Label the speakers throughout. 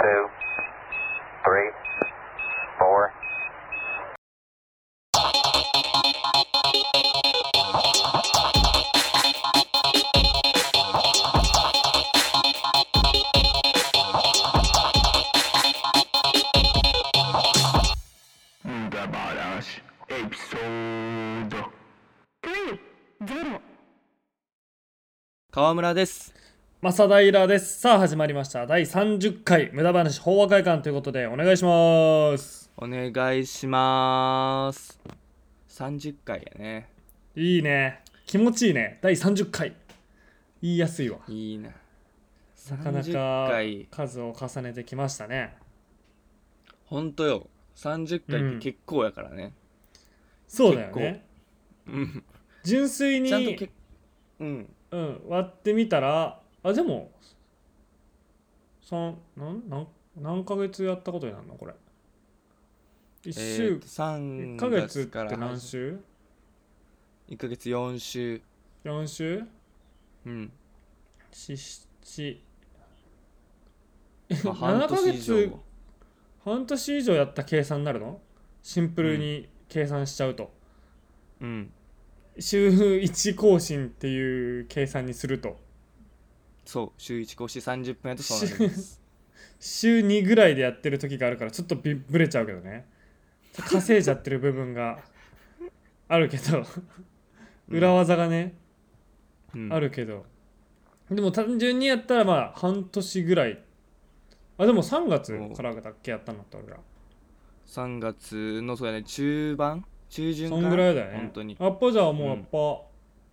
Speaker 1: two, three, four.
Speaker 2: 無駄話エピソード
Speaker 3: 川村です
Speaker 4: 正平ですさあ始まりました第30回無駄話法話会館ということでお願いします
Speaker 3: お願いします30回やね
Speaker 4: いいね気持ちいいね第30回言いやすいわ
Speaker 3: いいな
Speaker 4: なかな
Speaker 3: 30
Speaker 4: か
Speaker 3: 回
Speaker 4: 数を重ねてきましたね
Speaker 3: ほんとよ30回って結構やからね
Speaker 4: そうだよね
Speaker 3: うん
Speaker 4: 純粋
Speaker 3: ちゃんと
Speaker 4: に
Speaker 3: けうん
Speaker 4: うん、割ってみたらあでもさんなんなん何ヶ月やったことになるのこれ1週、
Speaker 3: 3
Speaker 4: 1ヶ月っ
Speaker 3: から
Speaker 4: て何週
Speaker 3: 1ヶ月4週
Speaker 4: ?4 週
Speaker 3: うん
Speaker 4: 七
Speaker 3: まあ
Speaker 4: 7ヶ
Speaker 3: 以上
Speaker 4: 月半年以上やった計算になるのシンプルに計算しちゃうと、
Speaker 3: うん
Speaker 4: 週1更新っていう計算にすると
Speaker 3: そう週1更新30分やとそうなります
Speaker 4: 週2ぐらいでやってる時があるからちょっとびぶれちゃうけどね稼いじゃってる部分があるけど裏技がね、
Speaker 3: うん
Speaker 4: あるけどでも単純にやったらまあ半年ぐらいあでも3月からだっけやったのって俺ら
Speaker 3: 3月のそうやね中盤中旬
Speaker 4: そ
Speaker 3: か
Speaker 4: んぐらいだよね。
Speaker 3: 本当に
Speaker 4: やっぱじゃあもうやっ
Speaker 3: うん
Speaker 4: ぱ、も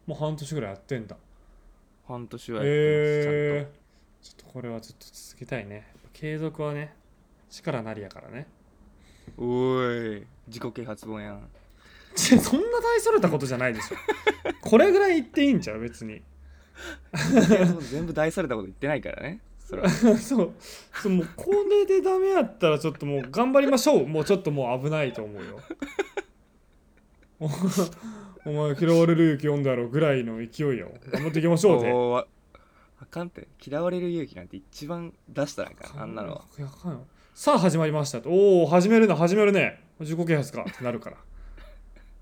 Speaker 4: う半年ぐらいやってんだ。
Speaker 3: 半年はやってます、ちゃんと
Speaker 4: えー、ちょっとこれはちょっと続けたいね。やっぱ継続はね、力なりやからね。
Speaker 3: おい自己啓発本やん
Speaker 4: ち そんな大それたことじゃないでしょ。 これぐらい言っていいんちゃう別に。
Speaker 3: 全部大それたこと言ってないからねそれは
Speaker 4: そう。そうもうこれでダメやったらちょっともう頑張りましょう。もうちょっともう危ないと思 うよ。お前お前嫌われる勇気読んだろぐらいの勢いよ。頑張っていきましょうぜ。
Speaker 3: おーああかんって嫌われる勇気なんて一番出したらあかんあんなのは
Speaker 4: やかんよさあ始まりましたとおお始めるな始めるね自己啓発かってなるか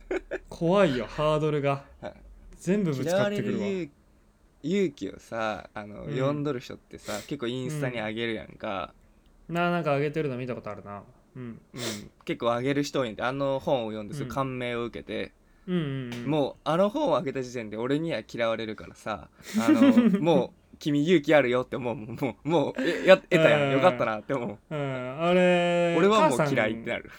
Speaker 4: ら怖いよハードルが
Speaker 3: はい
Speaker 4: 全部ぶつ
Speaker 3: 嫌
Speaker 4: か
Speaker 3: わ
Speaker 4: っ
Speaker 3: れ
Speaker 4: てく
Speaker 3: る
Speaker 4: るわ
Speaker 3: 勇勇気をさあの、
Speaker 4: うん
Speaker 3: 呼んどる人ってさ結構インスタにあげるやんか、
Speaker 4: なあなんか上げてるの見たことあるな、うん、
Speaker 3: うん結構あげる人多いんであの本を読んです
Speaker 4: うん
Speaker 3: 感銘を受けて、
Speaker 4: うんうんうん
Speaker 3: もうあの本をあげた時点で俺には嫌われるから さあのもう君勇気あるよって思うもうもうもうえや得たやんよかったなって思う
Speaker 4: うんあれ
Speaker 3: 俺はも
Speaker 4: 母
Speaker 3: う
Speaker 4: さん
Speaker 3: 嫌いってなる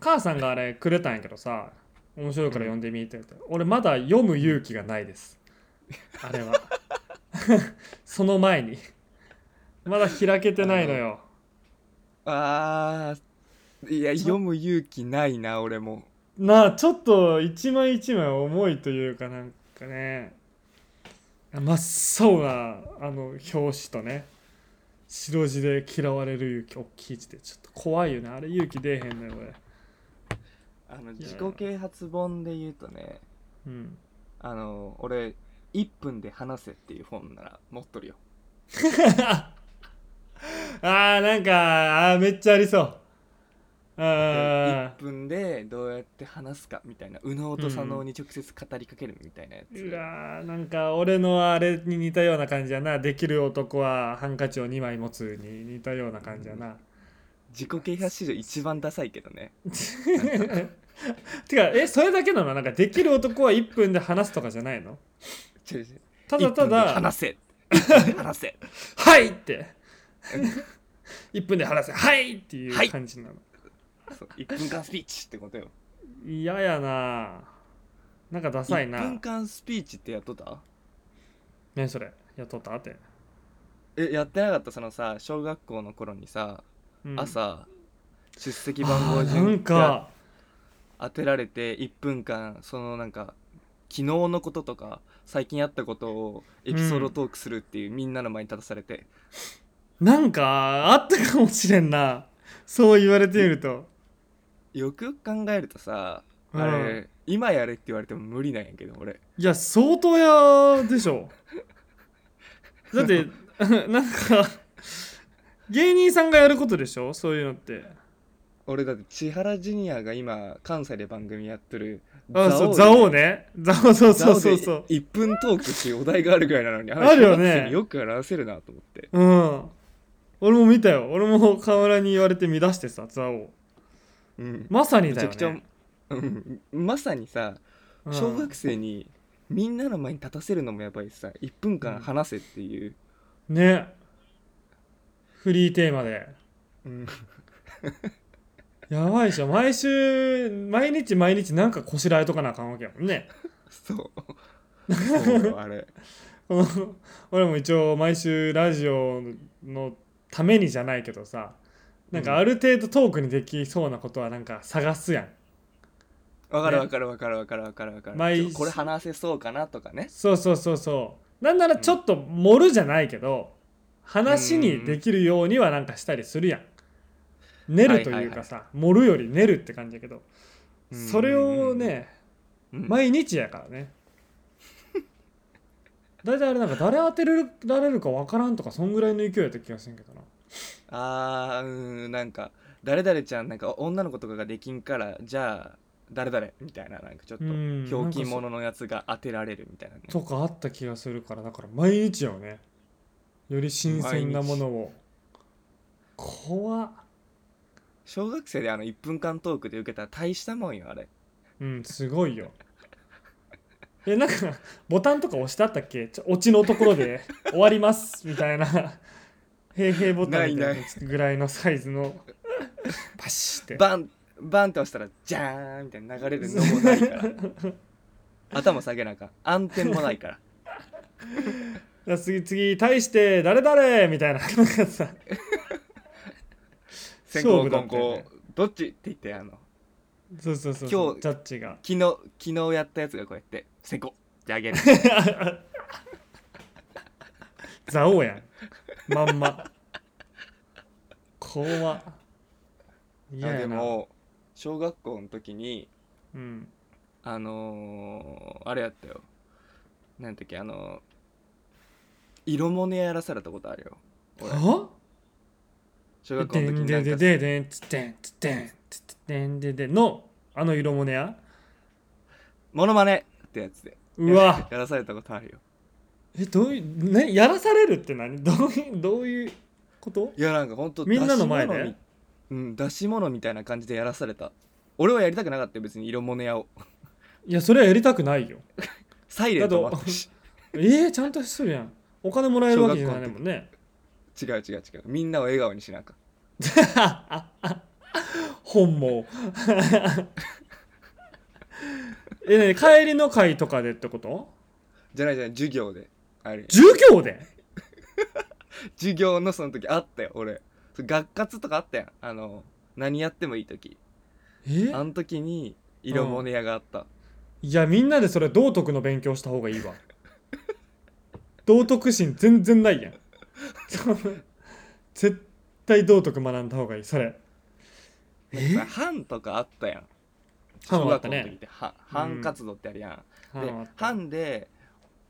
Speaker 4: 母さんがあれくれたんやけどさ面白いから読んでみてって、俺まだ読む勇気がないですあ れはその前にまだ開けてないのよ
Speaker 3: あーいや読む勇気ないな俺も
Speaker 4: なあちょっと一枚一枚重いというかなんかね真っ青なあの表紙とね白地で嫌われる勇気大きい字でちょっと怖いよねあれ勇気出えへんのよ俺
Speaker 3: あの
Speaker 4: いや
Speaker 3: 自己啓発本で言うとね
Speaker 4: うん
Speaker 3: あの俺1分で話せっていう本なら持っとるよ
Speaker 4: あーなんかあーめっちゃありそうあ
Speaker 3: 1分でどうやって話すかみたいな右脳と左脳に直接語りかけるみたいなやつ、
Speaker 4: ーうわーなんか俺のあれに似たような感じやなできる男はハンカチを2枚持つに似たような感じやな、
Speaker 3: 自己啓発史上一番ダサいけどね
Speaker 4: てかえそれだけなのなんかできる男は1分で話すとかじゃないの
Speaker 3: 違う違う
Speaker 4: ただた
Speaker 3: 1分で
Speaker 4: だ
Speaker 3: 話せ1分で話せ
Speaker 4: 「はい!」って1分で話せ「はい!」ってい
Speaker 3: はいう
Speaker 4: 感じなの
Speaker 3: そう1分間スピーチってことよ
Speaker 4: 嫌、やななんかダサい
Speaker 3: 1
Speaker 4: な
Speaker 3: 分間スピーチってやっとった
Speaker 4: 何それ雇ったって、
Speaker 3: えやってなかったそのさ小学校の頃にさ、
Speaker 4: うん
Speaker 3: 朝出席番
Speaker 4: あ
Speaker 3: 号
Speaker 4: ーな
Speaker 3: 順
Speaker 4: んか
Speaker 3: 当てられて1分間そのなんか昨日のこととか最近あったことをエピソードトークするっていう、みんなの前に立たされて
Speaker 4: なんかあったかもしれんなそう言われてみると
Speaker 3: よくよく考えるとさ、
Speaker 4: うん
Speaker 3: あれ今やれって言われても無理なんやけど俺
Speaker 4: いや相 当 やでしょだってなんか芸人さんがやることでしょそういうのって
Speaker 3: 俺だって千原ジュニアが今関西で番組やってる
Speaker 4: あそうザオねザオそ
Speaker 3: そ
Speaker 4: うそうう
Speaker 3: そ
Speaker 4: そうう
Speaker 3: そ
Speaker 4: そうう
Speaker 3: 1分トークっていうお題があるぐらいなのに
Speaker 4: ある
Speaker 3: 小
Speaker 4: よね
Speaker 3: 学生によく話せるなと思って
Speaker 4: うん俺も見たよ俺も河村に言われて見出してさザオ
Speaker 3: うん
Speaker 4: まさに
Speaker 3: め
Speaker 4: だ
Speaker 3: ちゃ
Speaker 4: よ
Speaker 3: くちゃ、
Speaker 4: ね
Speaker 3: うんまさにさ
Speaker 4: うん
Speaker 3: 小学生にみんなの前に立たせるのもやばいしさ1分間話せっていう、
Speaker 4: ねフリーテーマで
Speaker 3: うん
Speaker 4: やばいでしょ毎週毎日毎日なんかこしらえとかなあかんわけやもんね
Speaker 3: そうそうよあれ
Speaker 4: この 俺も一応毎週ラジオのためにじゃないけどさなんかある程度トークにできそうなことはなんか探すやん、
Speaker 3: わかる
Speaker 4: ね
Speaker 3: わかるわかるわかるわかるわかる、
Speaker 4: 毎
Speaker 3: ちょこれ話せそうかなとかね
Speaker 4: そうそうそうそうなんならちょっと盛るじゃないけど話にできるようにはなんかしたりするやん練るというかさ、盛るより練るって感じやけどそれをね
Speaker 3: うん
Speaker 4: 毎日やから ね大体あれなんか誰当てられるか分からんとかそんぐらいの勢いやった気がするけどな
Speaker 3: あーうんなんか誰々ちゃんなんか女の子とかができんからじゃあ誰々みたいななんかちょっと
Speaker 4: うん
Speaker 3: ひょうきん者のやつが当てられるみたいなね
Speaker 4: とかあった気がするからだから毎日よねより新鮮なものを怖っ
Speaker 3: 小学生であの1分間トークで受けたら大したもんよあれ
Speaker 4: うんすごいよえなんかボタンとか押してあったっけちょオチのところで終わりますみたいな平平ボタンみたいなのつくぐらいのサイズのパシって
Speaker 3: バンバンって押したらジャーンみたいな流れるのもない から頭下げなあかん暗転もない から
Speaker 4: じゃあ次次対して誰誰みたいななんかさ
Speaker 3: 先行
Speaker 4: 勝負だ
Speaker 3: 後
Speaker 4: ったよ
Speaker 3: 攻
Speaker 4: ね
Speaker 3: どっちって言ってあの
Speaker 4: そうそうそうそう
Speaker 3: 今日
Speaker 4: ジャッジが
Speaker 3: 昨日昨日やったやつがこうやって先行ってあげる
Speaker 4: ザオやんまんま怖っい
Speaker 3: あでも小学校の時に
Speaker 4: うん
Speaker 3: あのー、あれやったよなんてっけあのー、色物やらされたことあるよ俺
Speaker 4: は
Speaker 3: 小
Speaker 4: で
Speaker 3: 学校の
Speaker 4: ん
Speaker 3: 時に
Speaker 4: で
Speaker 3: なんん
Speaker 4: で
Speaker 3: か
Speaker 4: ででんつってんつってんつってんででのあの色もねや
Speaker 3: モノマネってやつで
Speaker 4: うわ
Speaker 3: やらされたことあるよ
Speaker 4: えどういうねやらされるって何どういうどういうこと
Speaker 3: いやなんかほんと
Speaker 4: みんなの前で
Speaker 3: 出し物みうん出し物みたいな感じでやらされた俺はやりたくなかったよ別に色物屋を
Speaker 4: いやそれはやりたくないよ
Speaker 3: サイレントもあったし
Speaker 4: えー、ちゃんとしてるやんお金もらえるわけじゃないもんね
Speaker 3: 違う違う違うみんなを笑顔にしなあかん
Speaker 4: 本望え、ね、帰りの会とかでってこと
Speaker 3: じゃないじゃない授業であれ
Speaker 4: 授業で
Speaker 3: 授業のその時あったよ俺それ学活とかあったやんあの何やってもいい時
Speaker 4: え
Speaker 3: あの時に色物屋があった、
Speaker 4: いやみんなでそれ道徳の勉強した方がいいわ道徳心全然ないやん その絶対道徳学んだ方がいいそれ
Speaker 3: なんかさ班とかあったやん
Speaker 4: 班
Speaker 3: 小
Speaker 4: はあっ
Speaker 3: 学
Speaker 4: た
Speaker 3: 校の時っ
Speaker 4: ね
Speaker 3: て班班活動ってあるやん、で
Speaker 4: はあった
Speaker 3: 班で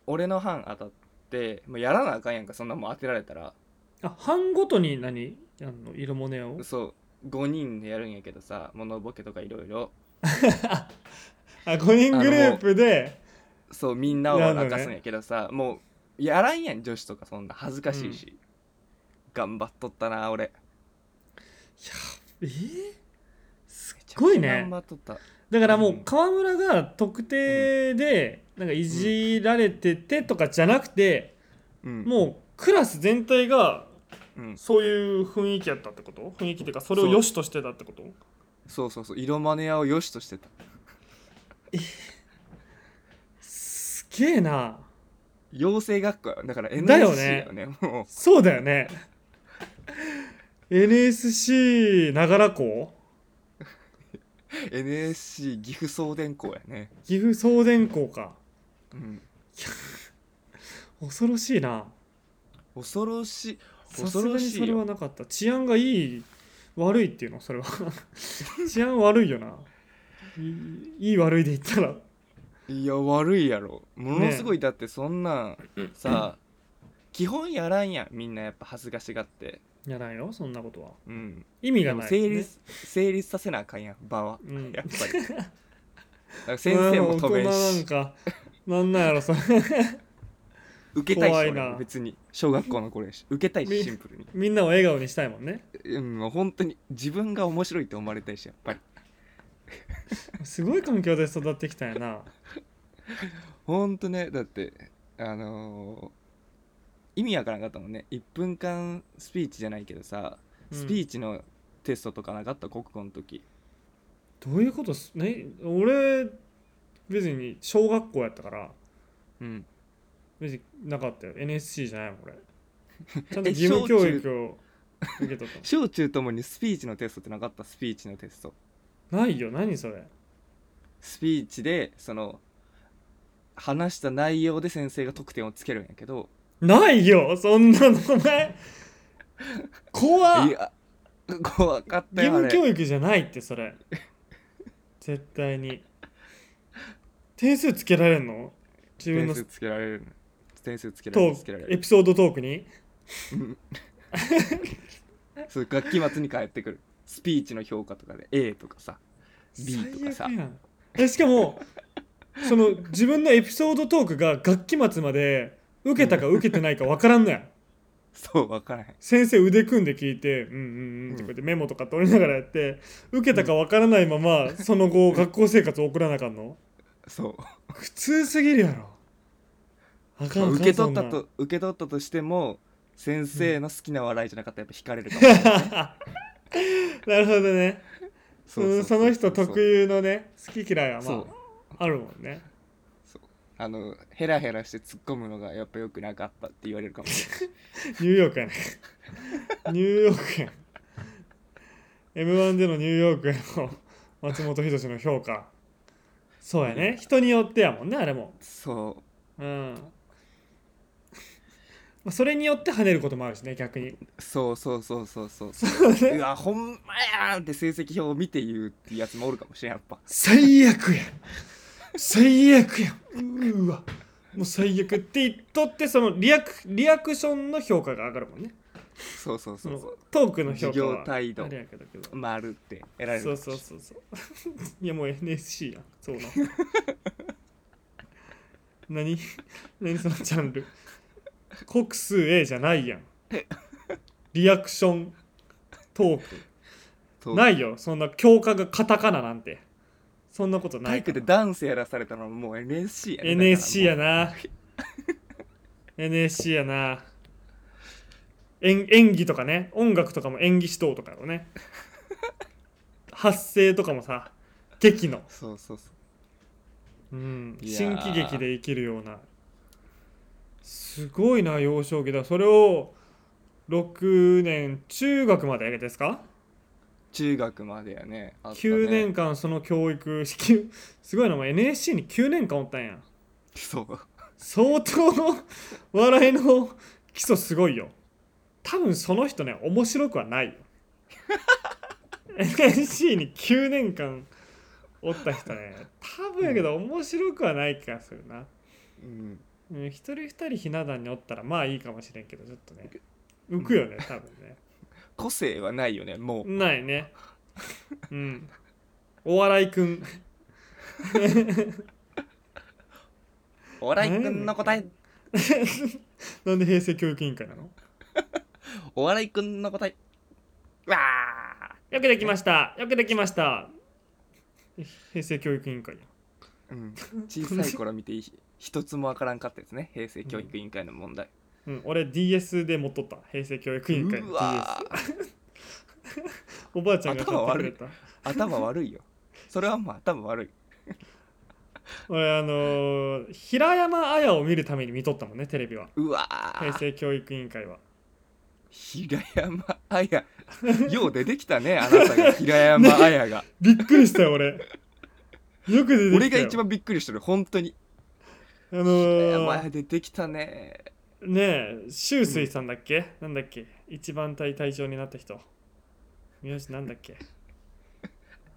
Speaker 3: 俺の班当たってもうやらなあかんやんかそんなもん当てられたら
Speaker 4: あ班ごとに何やんの色もねを
Speaker 3: そう5人でやるんやけどさモノボケとかいろいろ
Speaker 4: あ5人グループで
Speaker 3: そうみんなを
Speaker 4: やるのね
Speaker 3: 泣かすんやけどさ、もうやらんやん女子とかそんな恥ずかしいし、頑張っとったな俺
Speaker 4: えーす
Speaker 3: めちゃくちゃ
Speaker 4: っごいね
Speaker 3: 頑張っとった
Speaker 4: だからも
Speaker 3: う
Speaker 4: うん河村が特定でなんかいじられててとかじゃなくて
Speaker 3: うん
Speaker 4: もうクラス全体が
Speaker 3: うん、
Speaker 4: そういう雰囲気やったってこと雰囲気っていうかそれを
Speaker 3: そう
Speaker 4: 良しとしてたってこと
Speaker 3: そうそうそう色真似屋を良しとしてた
Speaker 4: すげえな
Speaker 3: 養成学校やだから
Speaker 4: だよ
Speaker 3: NSC
Speaker 4: ね
Speaker 3: だよねもう
Speaker 4: そうだよね NSC ながら校
Speaker 3: NSC 岐阜送電校やね
Speaker 4: 岐阜送電校か
Speaker 3: うん
Speaker 4: 恐ろしいな
Speaker 3: 恐ろしい
Speaker 4: さ
Speaker 3: 恐
Speaker 4: すが
Speaker 3: ろ
Speaker 4: に
Speaker 3: し
Speaker 4: そ
Speaker 3: い
Speaker 4: れ
Speaker 3: よ
Speaker 4: はなかった治安がいい悪いっていうのそれは治安悪いよないいい悪いで言ったら
Speaker 3: いや悪いやろものすごい、だってそんなんさ基本やらんやんみんなやっぱ恥ずかしがって
Speaker 4: やらんよそんなことは
Speaker 3: うん
Speaker 4: 意味
Speaker 3: で
Speaker 4: が
Speaker 3: も
Speaker 4: ない、
Speaker 3: 成立成立させなあかんやん場は
Speaker 4: うん
Speaker 3: やっぱりだから先生も
Speaker 4: 止
Speaker 3: 止め
Speaker 4: め
Speaker 3: ん
Speaker 4: なん
Speaker 3: し
Speaker 4: かなんなんやろそれ
Speaker 3: 受けたいし
Speaker 4: 怖い
Speaker 3: 俺
Speaker 4: な
Speaker 3: 別に小学校の頃やし受けたいしシンプルに
Speaker 4: みんなを笑顔にしたいもんね
Speaker 3: うんもう本当に自分が面白いと思われたいしやっぱり
Speaker 4: すごい環境で育ってきたんやな
Speaker 3: 本当ねだってあのー意味わからなかったもんね1分間スピーチじゃないけどさ
Speaker 4: うん
Speaker 3: スピーチのテストとかなかった国語の時
Speaker 4: どういうことすね俺別に小学校やったから
Speaker 3: うん
Speaker 4: 別になかったよ NSC じゃない もんこれちゃんと義務教育を受けとっ
Speaker 3: 小中ともにスピーチのテストってなかったスピーチのテスト
Speaker 4: たないよ何それ
Speaker 3: スピーチでその話した内容で先生が得点をつけるんやけど
Speaker 4: ないよそんなのお前怖っ
Speaker 3: いや怖かった
Speaker 4: 義
Speaker 3: よあ
Speaker 4: 務
Speaker 3: れ
Speaker 4: 教育じゃないって それ絶対に点数つけられんの自分
Speaker 3: 点
Speaker 4: の
Speaker 3: 数つけられる点数つけられ
Speaker 4: ト
Speaker 3: るつけら
Speaker 4: ー
Speaker 3: れ
Speaker 4: クエ
Speaker 3: る
Speaker 4: ピソードトークに
Speaker 3: そう学期末に返ってくるスピーチの評価とかで A とかさ B とかさ
Speaker 4: 最悪やんえしか もその自分のエピソードトークが学期末まで受けたか受けてないか分からんのや
Speaker 3: そう分からへん
Speaker 4: 先生腕組んで聞いて「うんうんうん」ってこうやってメモとか取りながらやって受けたか分からないままその後学校生活を送らなあかんの
Speaker 3: そう
Speaker 4: 苦痛すぎるやろあかんあかん
Speaker 3: 受け取った
Speaker 4: そん
Speaker 3: と受け取ったとしても先生の好きな笑いじゃなかったらやっぱ惹かれる かも
Speaker 4: なんなるほどね
Speaker 3: そ
Speaker 4: そ
Speaker 3: うううう
Speaker 4: その人特有のね好き嫌いは
Speaker 3: そ
Speaker 4: ま
Speaker 3: う
Speaker 4: ああるもんね
Speaker 3: あのヘラヘラして突っ込むのがやっぱ良くなかったって言われるかもしれない
Speaker 4: ニューヨ ークやねニューヨークや m 1でのニューヨークへの松本人志の評価そうやね人によってやもんねあれも
Speaker 3: そ
Speaker 4: うんまあそれによって跳ねることもあるしね逆に
Speaker 3: うそうそうそうそうそう
Speaker 4: そう
Speaker 3: うわほんまやーって成績表を見て言うってやつもおるかもしれんやっぱ
Speaker 4: 最悪や最悪やうーわもう最悪って言っとってそのリアクリアクションの評価が上がるもんね
Speaker 3: そうそう
Speaker 4: そ
Speaker 3: そう
Speaker 4: の
Speaker 3: そう
Speaker 4: トークの評価は
Speaker 3: 授業態度
Speaker 4: あれやけどけど
Speaker 3: 丸って得られる
Speaker 4: そうそうそうそう いやもう NSC やんそうなん 何何そのジャンル国数 A じゃないやんリアクショントーク
Speaker 3: そう
Speaker 4: ないよそんな教科がカタカナなんてそんなことな
Speaker 3: 体
Speaker 4: い
Speaker 3: 育
Speaker 4: か
Speaker 3: で
Speaker 4: ら
Speaker 3: ダンスやらされたのはもう NSC やね
Speaker 4: NSC や
Speaker 3: な
Speaker 4: な NSC やな演演技とかね音楽とかも演技指導とかやろね発声とかもさ劇の
Speaker 3: そうそうそう
Speaker 4: うん、
Speaker 3: いや
Speaker 4: 新
Speaker 3: ー
Speaker 4: 喜劇で生きるようなすごいな幼少期だそれを6年中学までですか、
Speaker 3: 中学までやねあったね
Speaker 4: 9年間その教育 すごいなお前 NSC に9年間おったんや
Speaker 3: そう
Speaker 4: 相当の笑いの基礎すごいよ多分その人ね面白くは ないよ NSC に9年間おった人ね多分やけど面白くはない気がするな、
Speaker 3: うん
Speaker 4: うん、一人二人ひな壇におったらまあいいかもしれんけどちょっとね浮くよね多分ね
Speaker 3: 個性はないよねもう
Speaker 4: ないねうんお笑いくん
Speaker 3: お笑いくんの答え
Speaker 4: なんで平成教育委員会なの
Speaker 3: お笑いくんの答えわあ
Speaker 4: よくできましたよくできました平成教育委員会や
Speaker 3: うん、 小さい頃見てい一つもわからんかったですね平成教育委員会の問題、
Speaker 4: うん俺 DS で持っとった平成教育委員会の
Speaker 3: う
Speaker 4: DS
Speaker 3: わー
Speaker 4: おばあちゃんが買ってくれた
Speaker 3: 頭悪いよそれはもう頭悪い
Speaker 4: 俺あのー平山綾を見るために見とったもんねテレビは
Speaker 3: うわ
Speaker 4: 平
Speaker 3: ー
Speaker 4: 成教育委員会は
Speaker 3: 平山綾よう出てきたねあなたが平山綾が
Speaker 4: びっくりしたよ俺よく出てきたよ
Speaker 3: 俺が一番びっくりしてる本当に
Speaker 4: あの
Speaker 3: 平山綾
Speaker 4: ー、
Speaker 3: 出てきたね
Speaker 4: ねえ、周水さんだっけ、なんだっけ一番隊隊長になった人。名字なんだっけ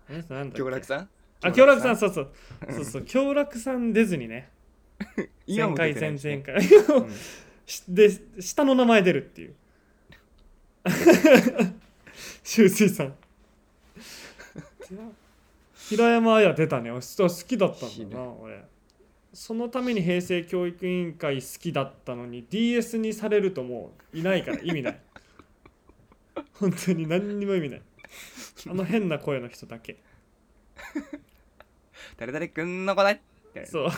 Speaker 4: あの人なんだっけ
Speaker 3: 京楽さん
Speaker 4: あ、京楽さん、そうそう。そうそう、京楽さん出ずにね。
Speaker 3: 今も
Speaker 4: 前
Speaker 3: 出
Speaker 4: 回、
Speaker 3: てな
Speaker 4: 前
Speaker 3: いしね
Speaker 4: 々回。しで、下の名前出るっていう。周水さん平山綾出たね俺そう好きだったんだな俺そのために平成教育委員会好きだったのに DS にされるともういないから意味ない 本当に何にも意味ないあの変な声の人だけ
Speaker 3: 誰々くんの答えって
Speaker 4: そう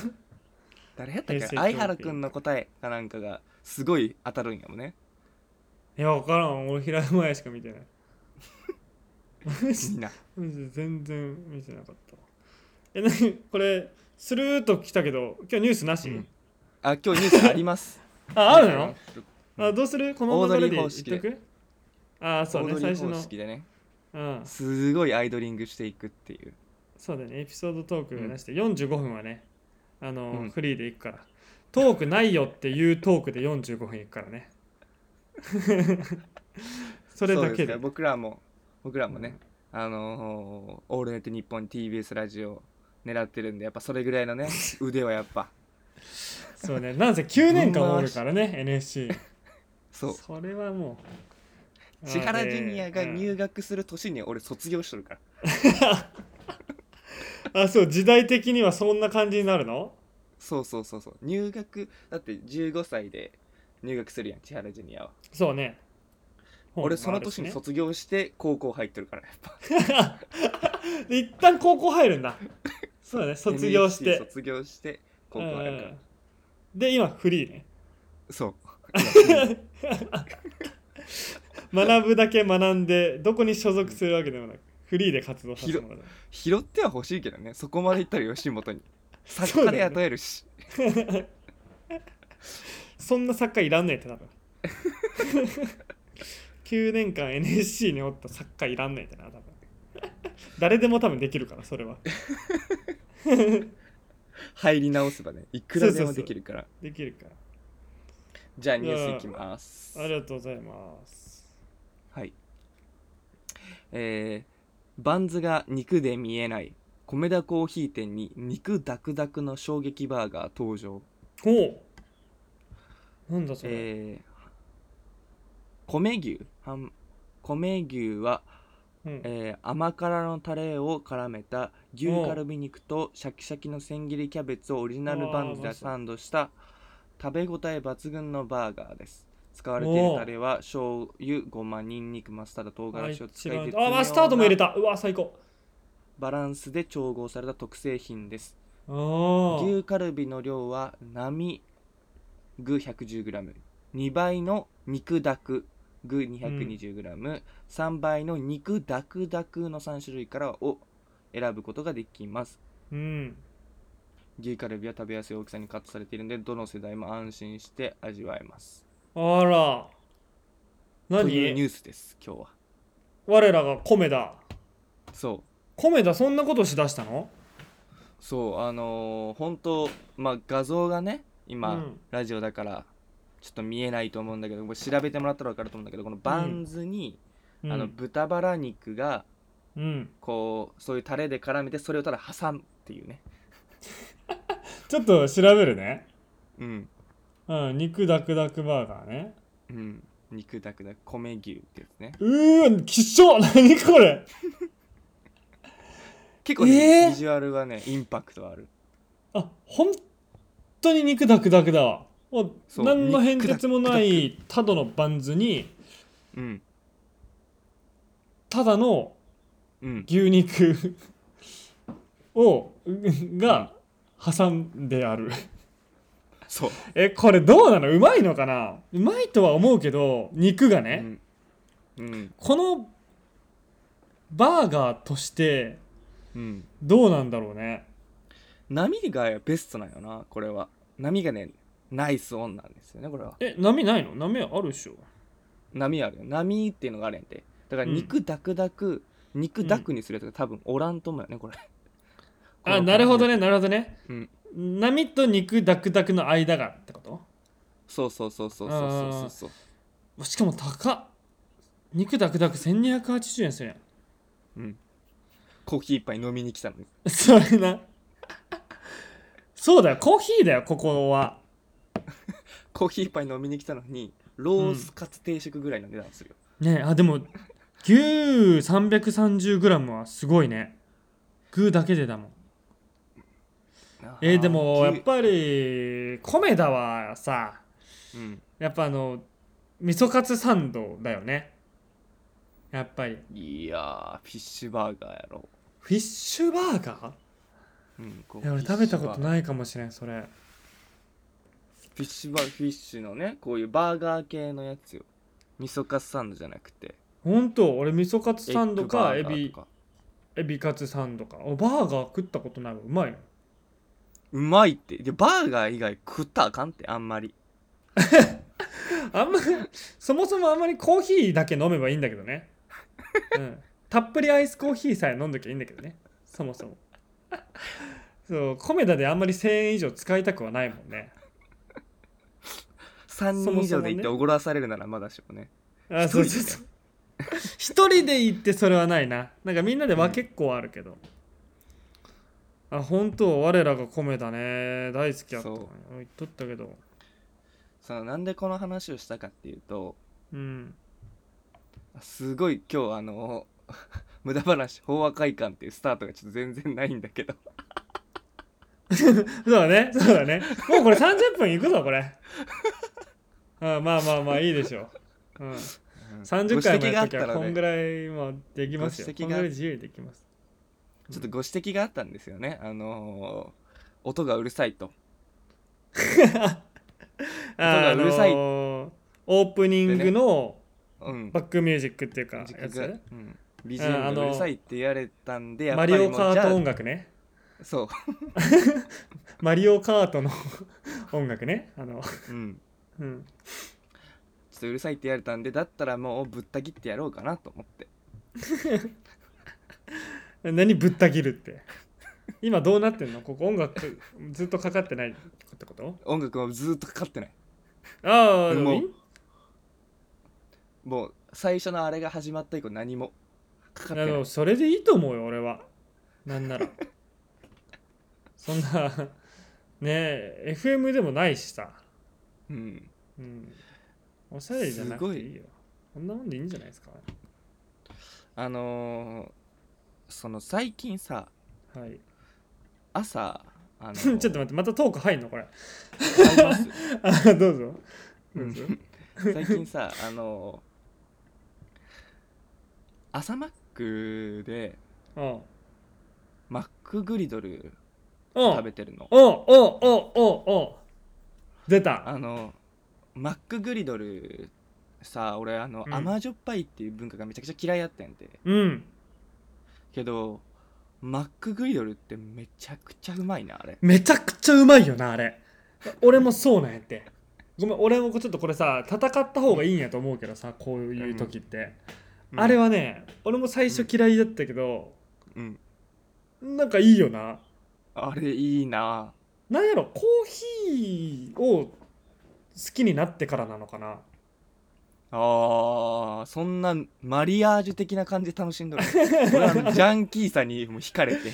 Speaker 3: 誰やったっ
Speaker 4: 平成
Speaker 3: け
Speaker 4: 教育
Speaker 3: 相原くんの答えかなんかがすごい当たるんやもんね
Speaker 4: いや分からん俺平山綾しか 見てないマジ
Speaker 3: みんな
Speaker 4: マジで全然見てなかったわえなにこれスルーっと来たけど今日ニュースなし、
Speaker 3: うんあ今日ニュースあります
Speaker 4: ああるの
Speaker 3: うん
Speaker 4: あどうするこの流れで
Speaker 3: オードリー
Speaker 4: 言
Speaker 3: 方
Speaker 4: っ
Speaker 3: 式
Speaker 4: と
Speaker 3: で
Speaker 4: くああそうね
Speaker 3: オード
Speaker 4: 最
Speaker 3: リー
Speaker 4: 初の
Speaker 3: 方式でね
Speaker 4: うん
Speaker 3: すごいアイドリングしていくっていう
Speaker 4: そうだねエピソードトークなして45分はねあの、
Speaker 3: うん
Speaker 4: フリーでいくからトークないよっていうトークで45分いくからね それだ
Speaker 3: そうで
Speaker 4: け
Speaker 3: すか
Speaker 4: で
Speaker 3: ら僕らも僕らもね、あのーオールナイトニッポン TBS ラジオ狙ってるんでやっぱそれぐらい のね腕はやっぱ
Speaker 4: そうねなんせ9年間おるからね NSC
Speaker 3: そう
Speaker 4: れはもう
Speaker 3: 千原ジュニアが
Speaker 4: うん
Speaker 3: 入学する年に俺卒業しとるから
Speaker 4: あそう時代的にはそんな感じになるの
Speaker 3: そうそうそうそう入学だって15歳で入学するやん千原ジュニアは
Speaker 4: そうね
Speaker 3: 俺その年に
Speaker 4: 卒
Speaker 3: 卒業して高校入ってるからやっぱ
Speaker 4: 一旦高校入るんだそう だね卒業し
Speaker 3: NSC
Speaker 4: て
Speaker 3: 卒業して高校入るから、
Speaker 4: うんで今フリーね
Speaker 3: そう
Speaker 4: 学ぶだけ学んでどこに所属するわけでもなくフリーで活動させてもらう
Speaker 3: 拾っては欲しいけどねそこまでいったら吉本に作
Speaker 4: そ
Speaker 3: 家
Speaker 4: うだ
Speaker 3: で
Speaker 4: ね
Speaker 3: 雇えるし、
Speaker 4: そんな作家いらんねえって多 分9年間 NSC におった作家いらんねえってな多 分誰でも多分できるからそれは
Speaker 3: 入り直せばねいくらでもできるから
Speaker 4: できるから
Speaker 3: じゃあニュースいきます
Speaker 4: ありがとうございます
Speaker 3: はいえー、バンズが肉で見えない米田コーヒー店に肉ダクダクの衝撃バーガー登場
Speaker 4: ほうなんだそれ、
Speaker 3: えー、米牛はん米牛は、
Speaker 4: うん
Speaker 3: えー甘辛のタレを絡めた牛カルビ肉とシャキシャキの千切りキャベツをオリジナルバンズ
Speaker 4: うわーうま
Speaker 3: で
Speaker 4: そう
Speaker 3: サンドした食べ応え抜群のバーガーです使われているタレは醤油ごまにんにくマスタード唐
Speaker 4: あ
Speaker 3: 辛子を
Speaker 4: 一
Speaker 3: 使い
Speaker 4: 番
Speaker 3: 絶妙
Speaker 4: あマスタードも入れ
Speaker 3: な
Speaker 4: たうわ最高
Speaker 3: バランスで調合された特製品です
Speaker 4: あー
Speaker 3: 牛カルビの量は並具 110g2 倍の肉ダク具 220g3、3倍の肉ダクダクの3種類からを選ぶことができます
Speaker 4: うん
Speaker 3: 牛カルビは食べやすい大きさにカットされているのでどの世代も安心して味わえます
Speaker 4: あら
Speaker 3: というニュ
Speaker 4: 何
Speaker 3: ースです今日は
Speaker 4: 我らが米だ
Speaker 3: そう
Speaker 4: 米だそんなことしだしたの
Speaker 3: そうあのー本当まあ画像がね今、
Speaker 4: うん
Speaker 3: ラジオだからちょっと見えないと思うんだけどこれ調べてもらったら分かると思うんだけどこのバンズに、あの豚バラ肉が
Speaker 4: うん、
Speaker 3: こうそういうタレで絡めてそれをただ挟むっていうね
Speaker 4: ちょっと調べるね、
Speaker 3: うん
Speaker 4: うん、肉ダクダクバーガーね
Speaker 3: うん肉だくだ米牛ってやつね
Speaker 4: う ーわきっしょ何これ
Speaker 3: 結構ね、
Speaker 4: えー
Speaker 3: ビジュアルはねインパクトある
Speaker 4: あ本当に肉ダクダクだわもう
Speaker 3: そう
Speaker 4: 何の変哲もないただのバンズに
Speaker 3: うん
Speaker 4: ただの
Speaker 3: うん
Speaker 4: 牛肉 を が挟んである
Speaker 3: そう、
Speaker 4: えこれどうなのうまいのかなうまいとは思うけど肉が
Speaker 3: う
Speaker 4: ね、
Speaker 3: んうん
Speaker 4: このバーガーとして
Speaker 3: うん
Speaker 4: どうなんだろうね
Speaker 3: 波がベストなんよなこれは波がねナイスオンなんですよねこれは
Speaker 4: え波ないの波あるでしょ
Speaker 3: 波あるよ波っていうのがあるやんてだから
Speaker 4: うん
Speaker 3: 肉ダクダク、肉ダクにするやつが多分おらんと思うよねこれ
Speaker 4: あなるほどねなるほどね、
Speaker 3: うん
Speaker 4: 波と肉ダクダクの間がってこと
Speaker 3: そうそうそうそうそうそうそうそう
Speaker 4: しかも高っ肉ダクダク1280円するやん
Speaker 3: コーヒー一杯飲みに来たのに
Speaker 4: それなそうだよコーヒーだよここは
Speaker 3: コーヒー一杯飲みに来たのにロースカツ定食ぐらいの値段するよ、
Speaker 4: ねあでも牛 330g はすごいね具だけでだもんえーでもやっ、ぱり米だはさ
Speaker 3: うん、
Speaker 4: やっぱあの味噌カツサンドだよねやっぱり
Speaker 3: いやーフィッシュバーガーやろ、
Speaker 4: フィッシュバーガ
Speaker 3: うん、こう
Speaker 4: ーいや俺食べたこと
Speaker 3: フィッシュバーガー
Speaker 4: ないかもしれんそれ
Speaker 3: フィッシュバーフィッシュのねこういうバーガー系のやつよ味噌カツサンドじゃなくて
Speaker 4: ほんと俺味噌カツサンドか
Speaker 3: エ
Speaker 4: エ
Speaker 3: ッグバーガー
Speaker 4: ビ
Speaker 3: とか
Speaker 4: エビカツサンドかおバーガー食ったことないわうまいよ
Speaker 3: うまいってでバーガー以外食ったらあかんってあんまり
Speaker 4: あんまそもそもあんまりコーヒーだけ飲めばいいんだけどね、うん、たっぷりアイスコーヒーさえ飲んどきゃいいんだけどねそもそもそう米田であんまり1000円以上使いたくはないもんね
Speaker 3: 3
Speaker 4: そもそ
Speaker 3: 人
Speaker 4: もね
Speaker 3: 以上で行っておごらされるならまだしもね
Speaker 4: あそうそうそう一人で行ってそれはないななんかみんなでは結構あるけど、あ本当我らが米田ね大好きやった
Speaker 3: そう
Speaker 4: 言っとったけど
Speaker 3: そのなんでこの話をしたかっていうと
Speaker 4: うん
Speaker 3: すごい今日あの 無駄話法和会館っていうスタートがちょっと全然ないんだけど
Speaker 4: そうだね、そうだね。もうこれ30分いくぞ、これ。 うん、まあまあまあ、いいでしょう。うん、30回もやっと
Speaker 3: ご
Speaker 4: き
Speaker 3: 指摘があった
Speaker 4: ゃ
Speaker 3: らね
Speaker 4: こんぐらいもできますよ。
Speaker 3: ご指摘
Speaker 4: こんぐ
Speaker 3: が
Speaker 4: らい自由にできます。
Speaker 3: ちょっとご指摘があったんですよねあのー音がうるさいとがうるさい
Speaker 4: あのーオープニングの
Speaker 3: うん
Speaker 4: バックミュージックっていうか、や
Speaker 3: 時
Speaker 4: つ
Speaker 3: が、うん、BGM
Speaker 4: あ
Speaker 3: が
Speaker 4: あ
Speaker 3: う
Speaker 4: のー
Speaker 3: るさいって言われたんでやっぱ
Speaker 4: マ
Speaker 3: り
Speaker 4: リ
Speaker 3: も
Speaker 4: オ
Speaker 3: う
Speaker 4: カ
Speaker 3: じ
Speaker 4: ー
Speaker 3: ゃ
Speaker 4: ト
Speaker 3: あ
Speaker 4: 音楽ね。
Speaker 3: そ
Speaker 4: マリオカートの音楽ね。あの、
Speaker 3: ううん
Speaker 4: うん、
Speaker 3: ちょっとうるさいって言われたんでだったらもうぶった切ってやろうかなと思って
Speaker 4: 何ぶった切るって。今どうなってんのここ音楽ずっとかかってないってこと
Speaker 3: 音楽もずーっとかかってない
Speaker 4: ああ、でもいい
Speaker 3: ももう最初のあれが始まった以降何もかかって
Speaker 4: あ
Speaker 3: ない
Speaker 4: のそれでいいと思うよ俺はなん ならそんなねえ FM でもないしさ、
Speaker 3: うん
Speaker 4: うん、おしゃれじゃなくていいよこんなもんでいいんじゃないですか
Speaker 3: あのーその最近さ
Speaker 4: はい
Speaker 3: 朝あの
Speaker 4: ちょっ
Speaker 3: と
Speaker 4: と待ってまたトーク入んのこれ
Speaker 3: ます
Speaker 4: あどうぞどうぞ
Speaker 3: 最近さあの朝マックで
Speaker 4: うん
Speaker 3: マックグリドル
Speaker 4: うん
Speaker 3: 食べてるの
Speaker 4: おうおうおうおうおう出た
Speaker 3: あのマックグリドルさ俺あの、
Speaker 4: うん
Speaker 3: 甘じょっぱいっていう文化がめちゃくちゃ嫌いやったんやて
Speaker 4: うん
Speaker 3: けどマックグリドルってめちゃくちゃうまいなあれ
Speaker 4: めちゃくちゃうまいよなあれ俺もそうなんやってごめん俺もちょっとこれさ戦った方がいいんやと思うけどさこういう時って、あれ
Speaker 3: は
Speaker 4: はね俺も最初嫌いだったけど、
Speaker 3: うん
Speaker 4: なんかいいよな
Speaker 3: あれいいな
Speaker 4: なんやろコーヒーを好きになってからなのかな
Speaker 3: あーそんなマリアージュ的な感じで楽しんどる俺はあのジャンキーさにもう惹かれ て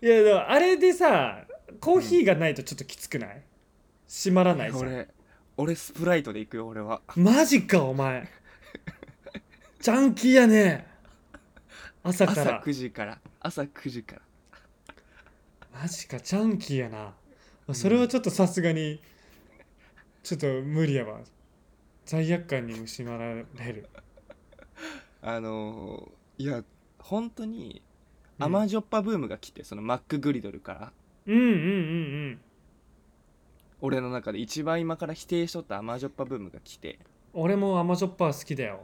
Speaker 4: いやでもあれでさコーヒーがないとちょっときつくない、閉まらないじゃん
Speaker 3: 俺俺スプライトで行くよ俺は
Speaker 4: マジかお前ジャンキーやね朝か
Speaker 3: 朝
Speaker 4: ら
Speaker 3: 9時から朝9時から
Speaker 4: マジかジャンキーやなそれはちょっとさすがにちょっと無理やわ罪悪感に蝕まられる
Speaker 3: あのーいや本当に
Speaker 4: うん
Speaker 3: 甘じょっぱブームが来て、そのマックグリドルから
Speaker 4: うんうんうんうん
Speaker 3: 俺の中で一番今から否定しとった甘じょっぱブームが来て
Speaker 4: 俺も甘じょっぱは好きだよ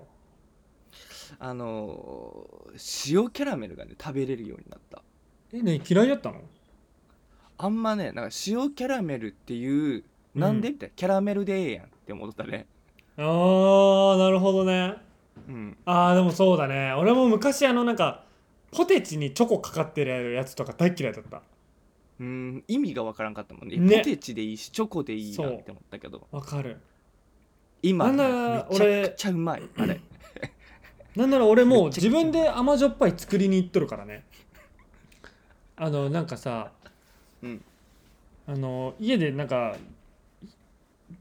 Speaker 3: あのー塩キャラメルがね食べれるようになった
Speaker 4: えね嫌いだったの
Speaker 3: あんまねなんか塩キャラメルっていうなんで、
Speaker 4: う
Speaker 3: みたいなキャラメルでええやんって思っとったね
Speaker 4: あーなるほどね
Speaker 3: うん
Speaker 4: あーでもそうだね俺も昔あのなんかポテチにチョコかかってるやつとか大嫌いだった
Speaker 3: うん意味がわからんかったもんね
Speaker 4: ね
Speaker 3: ポテチでいいしチョコでいいなって思ったけど
Speaker 4: わかる
Speaker 3: 今ね
Speaker 4: なんだ
Speaker 3: めちゃくちゃうまいあれ
Speaker 4: なんなら俺もう
Speaker 3: めちゃくち
Speaker 4: 自
Speaker 3: ゃ
Speaker 4: 分で甘じょっぱい作りに行っとるからねあのなんかさ、
Speaker 3: うん
Speaker 4: あの家でなんか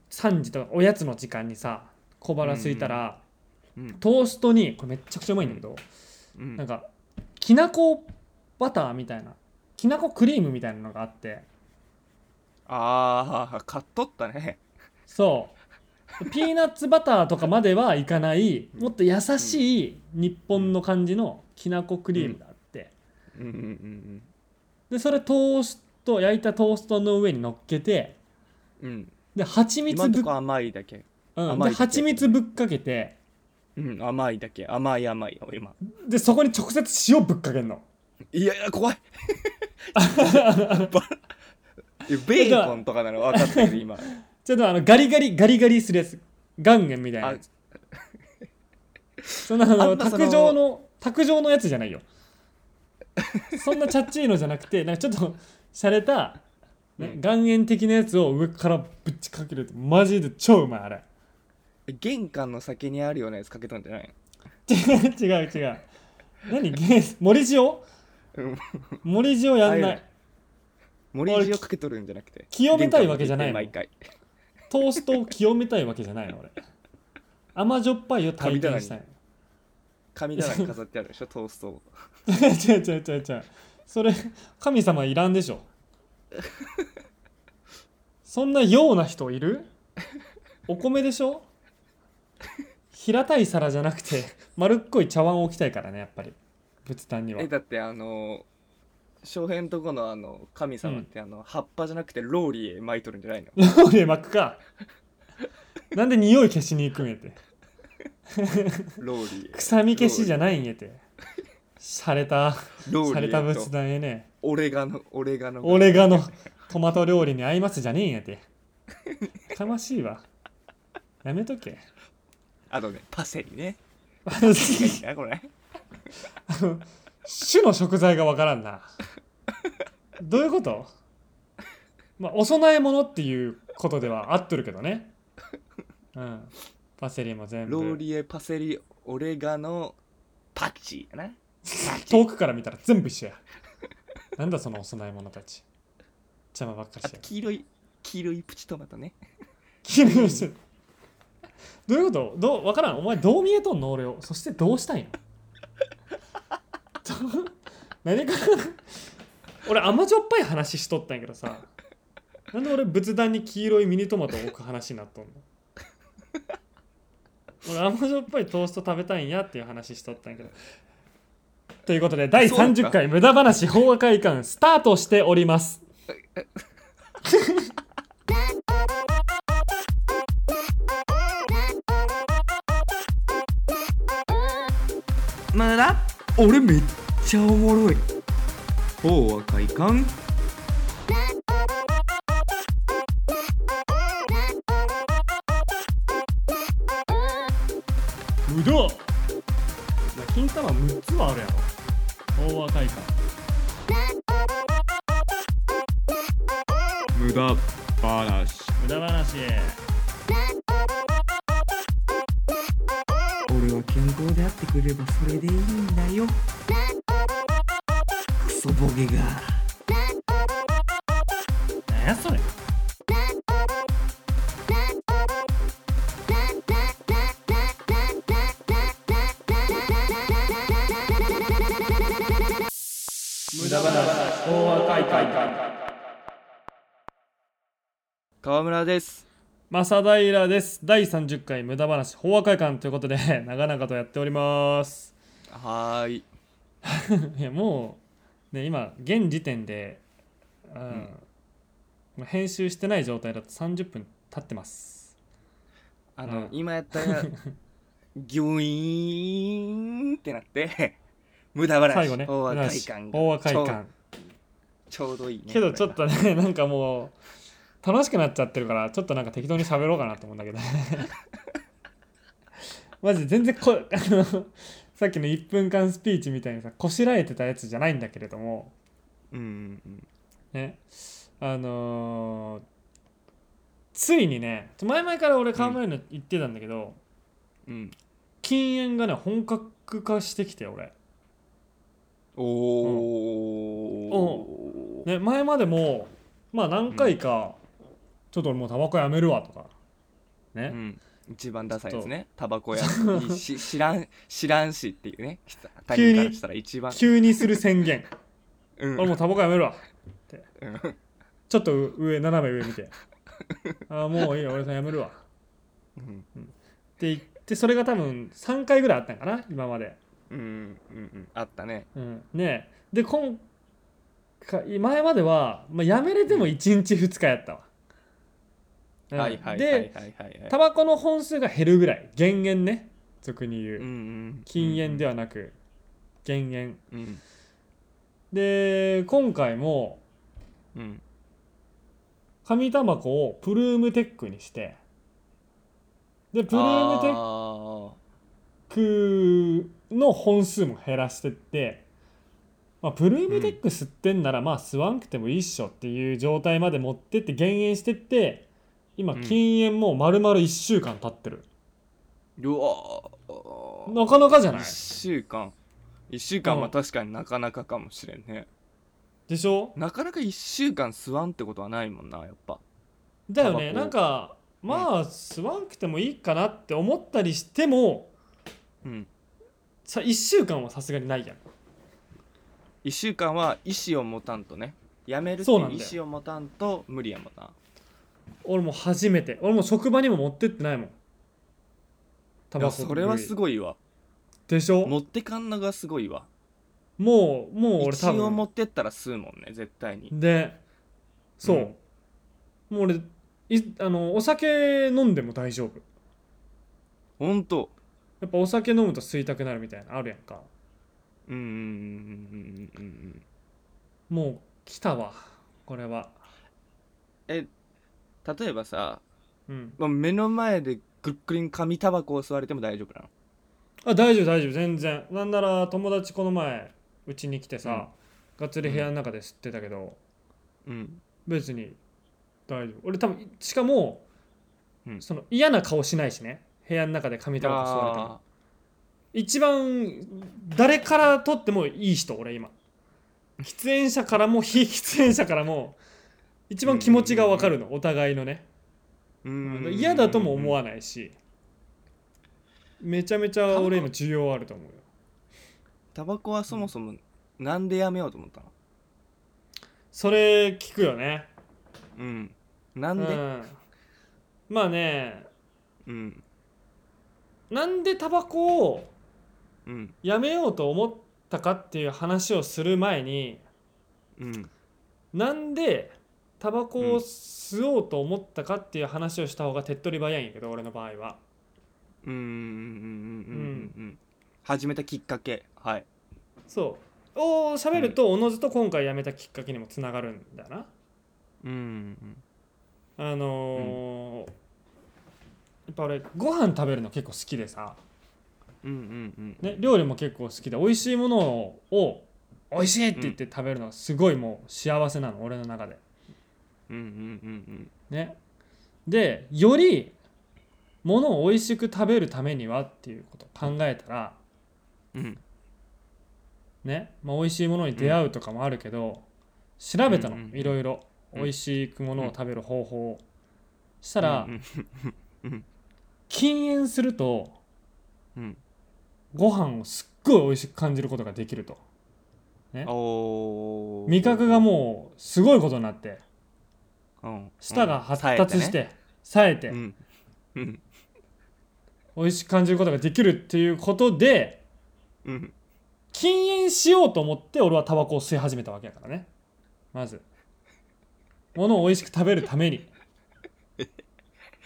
Speaker 4: 3時とかおやつの時間にさ小腹空いたら、
Speaker 3: うん
Speaker 4: トーストにこれめっちゃくちゃうまいんだけど、
Speaker 3: うん
Speaker 4: なんかきなこバターみたいなきなこクリームみたいなのがあって
Speaker 3: ああ買っとったね
Speaker 4: そうでピーナッツバターとかまではいかないもっと優しい日本の感じのきなこクリームがあって
Speaker 3: うんうんうん
Speaker 4: でそれトースト焼いたトーストの上に乗っけて
Speaker 3: うんうん
Speaker 4: で蜂
Speaker 3: 今
Speaker 4: 蜜
Speaker 3: ん
Speaker 4: ぶ
Speaker 3: と
Speaker 4: っ
Speaker 3: こ甘いだけ
Speaker 4: うん
Speaker 3: 甘いだ
Speaker 4: で
Speaker 3: け
Speaker 4: 蜂蜜ぶっかけて
Speaker 3: うん甘いだけ甘い甘いよ今
Speaker 4: でそこに直接塩ぶっかけんの
Speaker 3: いやいや怖 いバラいやベーコンとかなら分かったけど今
Speaker 4: ちょっとあのガリガリガリガリするやつ岩塩みたいな
Speaker 3: あ
Speaker 4: やつそんなあ
Speaker 3: あ
Speaker 4: の
Speaker 3: んなその
Speaker 4: 卓上の卓上のやつじゃないよそんなチャッチーノじゃなくてなんかちょっと洒落た、ね
Speaker 3: うん
Speaker 4: 岩塩的なやつを上からぶっちかけるとマジで超うまいあれ
Speaker 3: 玄関の先にあるようなやつかけたんじゃない
Speaker 4: 違う違う違う何ゲー森塩
Speaker 3: うん
Speaker 4: 森塩やん
Speaker 3: あ
Speaker 4: ないい
Speaker 3: や森塩かけとるんじゃなくて
Speaker 4: 清めたいわけじゃないの
Speaker 3: 玄関に行って
Speaker 4: トーストを清めたいわけじゃないの俺甘じょっぱいを体験したい
Speaker 3: 毎
Speaker 4: の
Speaker 3: 回神棚に飾ってあるでしょトーストを
Speaker 4: 違う違う違う違うそれ神様いらんでしょそんなような人いるお米でしょ平たい皿じゃなくて丸っこい茶碗を置きたいからねやっぱり仏壇には
Speaker 3: えだってあの翔平んとこのあの神様ってあの葉っぱじゃなくてローリエ巻いとるんじゃないの
Speaker 4: ローリエ巻くかなんで匂い消しに行くんやて
Speaker 3: ローリエ
Speaker 4: 臭み消しじゃないんやて洒落た
Speaker 3: ロー
Speaker 4: 洒
Speaker 3: リ
Speaker 4: 落
Speaker 3: エ
Speaker 4: た
Speaker 3: と
Speaker 4: 仏壇へね
Speaker 3: オレガノオレガノが
Speaker 4: オレガノトマト料理に合いますじゃねえんやてやかましいわやめとけ
Speaker 3: あとねパセリね
Speaker 4: あ
Speaker 3: いいなこれ
Speaker 4: の種の食材がわからんなどういうことまあお供え物っていうことでは合っとるけどねうんパセリも全
Speaker 3: ロー
Speaker 4: 部
Speaker 3: リエパセリオレガノパクチーやな
Speaker 4: 遠くから見たら全部一緒やなんだそのお供え物たち邪魔ばっかり
Speaker 3: あ
Speaker 4: し
Speaker 3: と
Speaker 4: やがって
Speaker 3: 黄色い黄色いプチトマトね
Speaker 4: 君の人どういうことどう分からんお前どう見えとんの俺をそしてどうしたいのどう 何か俺甘じょっぱい話しとったんやけどさなんで俺仏壇に黄色いミニトマトを置く話になっとんの俺甘じょっぱいトースト食べたいんやっていう話しとったんやけどということで第30回無駄話法話会館スタートしております
Speaker 3: まだ俺めっちゃおもろい法は快感
Speaker 4: 無駄まあ金玉6つはあるやろ大和会館
Speaker 3: 無駄話
Speaker 4: 無駄話
Speaker 3: 俺は健康であってくれればそれでいいんだよクソボケが
Speaker 4: 何やそれ無駄話大和会館
Speaker 3: 川村です
Speaker 4: 正平です第30回無駄話法和会館ということで 長々とやっております
Speaker 3: はーい
Speaker 4: いやもう、ね、今現時点で、うんまあ編集してない状態だと30分経ってます
Speaker 3: あの、
Speaker 4: うん
Speaker 3: 今やった らギュイーンってなって 無駄話
Speaker 4: 最後ね
Speaker 3: 法は
Speaker 4: 無駄
Speaker 3: 快
Speaker 4: 話
Speaker 3: 感が
Speaker 4: 法和会
Speaker 3: ちょう
Speaker 4: 館
Speaker 3: ちょうどいいね
Speaker 4: けどちょっ
Speaker 3: こと
Speaker 4: ねなんかもう楽しくなっちゃってるからちょっとなんか適当に喋ろうかなと思うんだけど マジ全然こあのさっきの1分間スピーチみたいにさこしらえてたやつじゃないんだけれども
Speaker 3: れはうんうん
Speaker 4: ねあのーついにね前々から俺考えるの言ってたんだけど、
Speaker 3: うんうん
Speaker 4: 禁煙がね本格化してきて俺、
Speaker 3: おおお
Speaker 4: ね、前までもまあ何回か、ちょっと俺もうタバコやめるわとかね、
Speaker 3: うん一番ダサいですねタバ コ屋
Speaker 4: そう
Speaker 3: いいし知らん知らんしっていう ね他人からしたら一番
Speaker 4: 急にする宣言
Speaker 3: うん
Speaker 4: 俺もうタバコやめるわ
Speaker 3: うん
Speaker 4: ちょっと上斜め上見てああもういいよ俺さんやめるわ
Speaker 3: うん
Speaker 4: って言ってそれが多分3回ぐらいあったんかな今まで、
Speaker 3: うんうんうんあったね
Speaker 4: うん、ねえで今回前までは、まあ、やめれても1日2日やったわ、うん
Speaker 3: はいはいはいはい
Speaker 4: で
Speaker 3: はいはい
Speaker 4: タバコの本数が減るぐらい減煙ね俗に言う、
Speaker 3: うんうん
Speaker 4: 禁煙ではなく減煙
Speaker 3: うん
Speaker 4: で今回も
Speaker 3: うん
Speaker 4: 紙タバコをプルームテックにしてでプルームテッ
Speaker 3: あ
Speaker 4: クの本数も減らしてって、まあ、プルームテック吸ってんならまあ吸わんくてもいいっしょっていう状態まで持ってって減煙してって今
Speaker 3: うん
Speaker 4: 禁煙もう丸々1週間経ってる、
Speaker 3: ーうわ
Speaker 4: なかなかじゃない
Speaker 3: 1週間1週間は確かになかなかかもしれんね
Speaker 4: でしょ
Speaker 3: なかなか1週間吸わんってことはないもんなやっぱ
Speaker 4: だよ
Speaker 3: タバ
Speaker 4: ね
Speaker 3: コ
Speaker 4: なんかまあ吸わんくてもいいかなって思ったりしても
Speaker 3: うん
Speaker 4: さ1週間はさすがにないやん
Speaker 3: 1週間は意思を持たんとねやめるってい
Speaker 4: そうう
Speaker 3: 意
Speaker 4: なんだよ
Speaker 3: 思を持たんと無理やもんな
Speaker 4: 俺もう初めて俺もう職場にも持ってってないもんタ
Speaker 3: いやそれはす
Speaker 4: ごい
Speaker 3: ごいわ
Speaker 4: でしょも
Speaker 3: 持ってかんのがすごいわ
Speaker 4: うもう俺
Speaker 3: 一
Speaker 4: 多
Speaker 3: 応持
Speaker 4: 分
Speaker 3: ってったら吸うもんね絶対に
Speaker 4: でそう、
Speaker 3: うん
Speaker 4: もう俺いあのお酒飲んでも大丈夫
Speaker 3: ほんと
Speaker 4: やっぱお酒飲むと吸いたくなるみたいなのあるやんか
Speaker 3: うんうんうんうんうんうんうん
Speaker 4: もう来たわこれは
Speaker 3: うん例えばさ
Speaker 4: うん
Speaker 3: まあ目の前でぐっくりん紙タバコを吸われても大丈夫なの
Speaker 4: あ大丈夫大丈夫全然なんなら友達この前うちに来てさ、がっつり部屋の中で吸ってたけど、
Speaker 3: うん
Speaker 4: 別に大丈夫俺多分しかも、
Speaker 3: うん
Speaker 4: その嫌な顔しないしね部屋の中で紙タバコ吸われても
Speaker 3: あ
Speaker 4: 一番誰からとってもいい人俺今喫煙者からも 非喫煙者からも一番気持ちが分かるのお互いのね
Speaker 3: ーうん
Speaker 4: 嫌だとも思
Speaker 3: わ
Speaker 4: わないしめちゃめちゃ俺今需要あると思うよ
Speaker 3: タバコはそもそもなんでやめようと思ったの
Speaker 4: それ聞くよね
Speaker 3: うんなん
Speaker 4: う
Speaker 3: で
Speaker 4: んまあね
Speaker 3: うん
Speaker 4: なんでタバコを
Speaker 3: うん
Speaker 4: やめようと思ったかっていう話をする前に
Speaker 3: うん
Speaker 4: なんでタバコを吸おうと思ったかっていう話をした方が手っ取り早いんやけど俺の場合は
Speaker 3: うんうんうんうんうんうんうん始めたきっかけはい
Speaker 4: そうを喋るとおのずと今回やめたきっかけにもつながるんだよな
Speaker 3: うん
Speaker 4: あのーやっぱ俺ご飯食べるの結構好きでさ、
Speaker 3: うんうんうんうん
Speaker 4: ね、料理も結構好きで美味しいものをを美味しいって言って食べるのはすごいもう幸せなの俺の中で
Speaker 3: うんうんうん
Speaker 4: ねでよりものを美味しく食べるためにはっていうことを考えたら
Speaker 3: うんうん
Speaker 4: ね、まあ、美味しいものに出会うとかもあるけど、調べたの
Speaker 3: うんうんうん
Speaker 4: いろいろ
Speaker 3: うん
Speaker 4: 美味しくものを食べる方法をしたら
Speaker 3: うんうん
Speaker 4: 禁煙すると
Speaker 3: うん
Speaker 4: ご飯をすっごい美味しく感じることができるとね
Speaker 3: おー
Speaker 4: 味覚がもうすごいことになって
Speaker 3: うん
Speaker 4: 舌が発達して冴えて
Speaker 3: うんうん
Speaker 4: 美味しく感じることができるっていうことで
Speaker 3: うん
Speaker 4: 禁煙しようと思って俺はタバコを吸い始めたわけだからねまずものを美味しく食べるために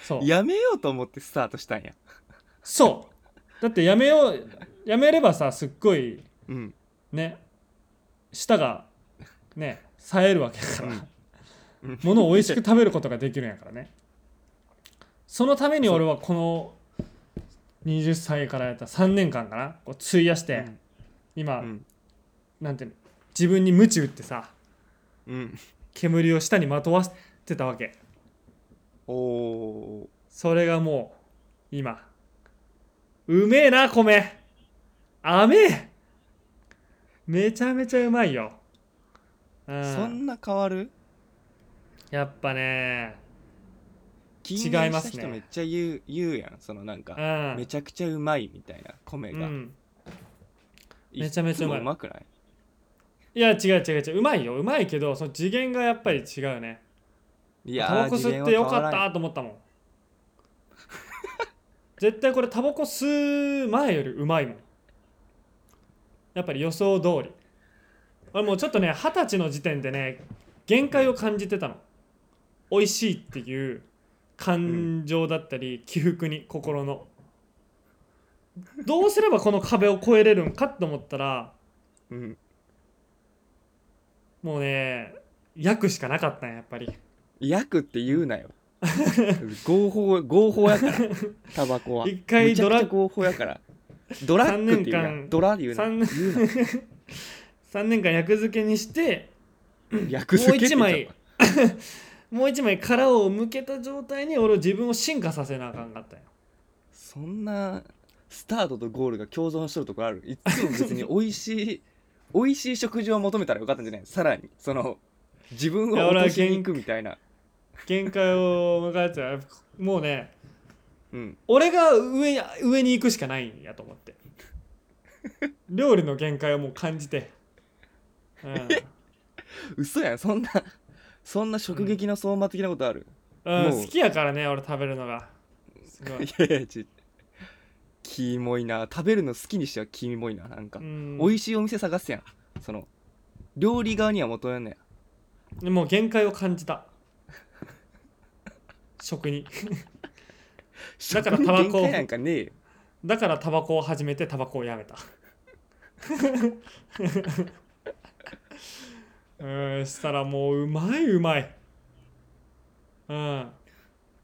Speaker 4: そう
Speaker 3: やめようと思ってスタートしたんや
Speaker 4: そうだってやめようやめればさすっごい
Speaker 3: うん
Speaker 4: ね舌がね冴えるわけだから、
Speaker 3: うんうん
Speaker 4: ものを美味しく食べることができるんやからねそのために俺はこの20歳からやった3年間かなこう費やして、
Speaker 3: うん
Speaker 4: 今、
Speaker 3: うん
Speaker 4: なんていうの自分に鞭打ってさ
Speaker 3: うん
Speaker 4: 煙を舌にまとわせてたわけ
Speaker 3: おお
Speaker 4: それがもう今うめえな米甘えめちゃめちゃうまいよ、う
Speaker 3: ーそん
Speaker 4: ん、
Speaker 3: な変わる
Speaker 4: やっぱね
Speaker 3: 金にした
Speaker 4: 違いますね
Speaker 3: 人めっちゃ言う言うやんそのなんか
Speaker 4: あ
Speaker 3: めちゃくちゃうまいみたいな米
Speaker 4: う
Speaker 3: が、
Speaker 4: ん、
Speaker 3: い
Speaker 4: めちゃめちゃうまい
Speaker 3: つもうまくない
Speaker 4: いや違う違う違ううまいようまいけどその次元がやっぱり違うね
Speaker 3: いやー
Speaker 4: タバコ吸ってよ
Speaker 3: 次元は
Speaker 4: かっ
Speaker 3: 変わらん
Speaker 4: たと思ったもん 絶対これタバコ吸う前よりうまいもんやっぱり予想通り俺もうちょっとね二十歳の時点でね限界を感じてたの美味しいっていう感情だったり、起伏に心のどうすればこの壁を越えれるんかと思ったら
Speaker 3: うん
Speaker 4: もうね薬しかなかったんややっぱり
Speaker 3: 薬って言うなよ 合法合法 やからタバコは
Speaker 4: 一回ドラ
Speaker 3: めちゃくちゃ合法やからドラッグって言うな
Speaker 4: 三年間
Speaker 3: ドラ言うな
Speaker 4: 三
Speaker 3: 言う
Speaker 4: 3年間薬漬けにして
Speaker 3: な薬漬けって言っ
Speaker 4: もう
Speaker 3: ち
Speaker 4: 一
Speaker 3: ゃっ
Speaker 4: 枚もう一枚殻を向けた状態に俺を自分を進化させなあかんかったんよ
Speaker 3: たそんなスタートとゴールが共存しとるところあるいっつも別に美味しい 美味しい食事を求めたらよかったんじゃないさらにその自分を落としに行くみたいな
Speaker 4: 限界を迎えてたらもうね
Speaker 3: うん
Speaker 4: 俺が上に上に行くしかないんやと思って料理の限界をもう感じて、うん
Speaker 3: 嘘やんそんなそんな食撃の相馬的なことある、
Speaker 4: うん
Speaker 3: もう
Speaker 4: 好きやからね俺食べるのがす ごい
Speaker 3: い、やいやちキモいな食べるの好きにしてはキモいななんか、
Speaker 4: うん
Speaker 3: 美味しいお店探すやんその料理側には求めんねや
Speaker 4: でもう限界を感じた食にだからタバコ
Speaker 3: 食に限界なんかねえよ
Speaker 4: だからタバコを始めてタバコをやめたうんしたらもううまいうまいうん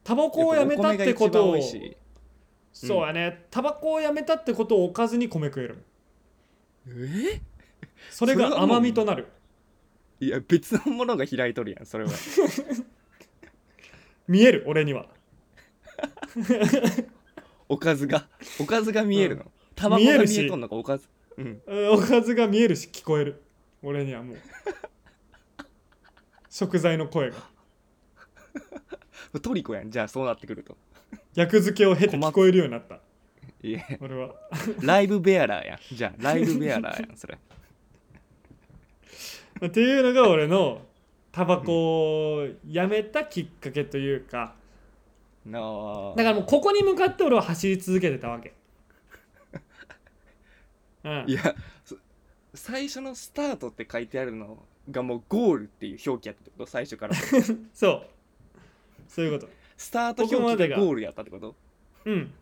Speaker 4: タバコをやめたってことを
Speaker 3: やっぱお米が一番美味しい
Speaker 4: そうやねタバコをやめたってことをおかずに米食える
Speaker 3: え
Speaker 4: それ
Speaker 3: それは
Speaker 4: が
Speaker 3: もう
Speaker 4: 甘みとなる
Speaker 3: いや別のものが開いとるやんそれは
Speaker 4: 見える俺には
Speaker 3: おかず がおかずが見えるの、タバコ
Speaker 4: 見え
Speaker 3: が
Speaker 4: るし
Speaker 3: 見えとんのかおかずうん
Speaker 4: うんおかずが見えるし聞こえる俺には もう食材の声が
Speaker 3: トリコやんじゃあそうなってくると
Speaker 4: 薬漬けを経て聞こえるようになった
Speaker 3: い や
Speaker 4: 俺は
Speaker 3: ライブベアラーやんじゃあライブベアラーやんそれ
Speaker 4: っていうのが俺のタバコをやめたきっかけというか
Speaker 3: なあ
Speaker 4: だからもうここに向かって俺は走り続けて たわけうん
Speaker 3: いやそ最初のスタートって書いてあるのがもうゴールっていう表記やったってこと最 初から
Speaker 4: そうそういうこ
Speaker 3: スタート
Speaker 4: ここま
Speaker 3: 表
Speaker 4: で
Speaker 3: 記
Speaker 4: が
Speaker 3: がゴールやったってこと
Speaker 4: とうん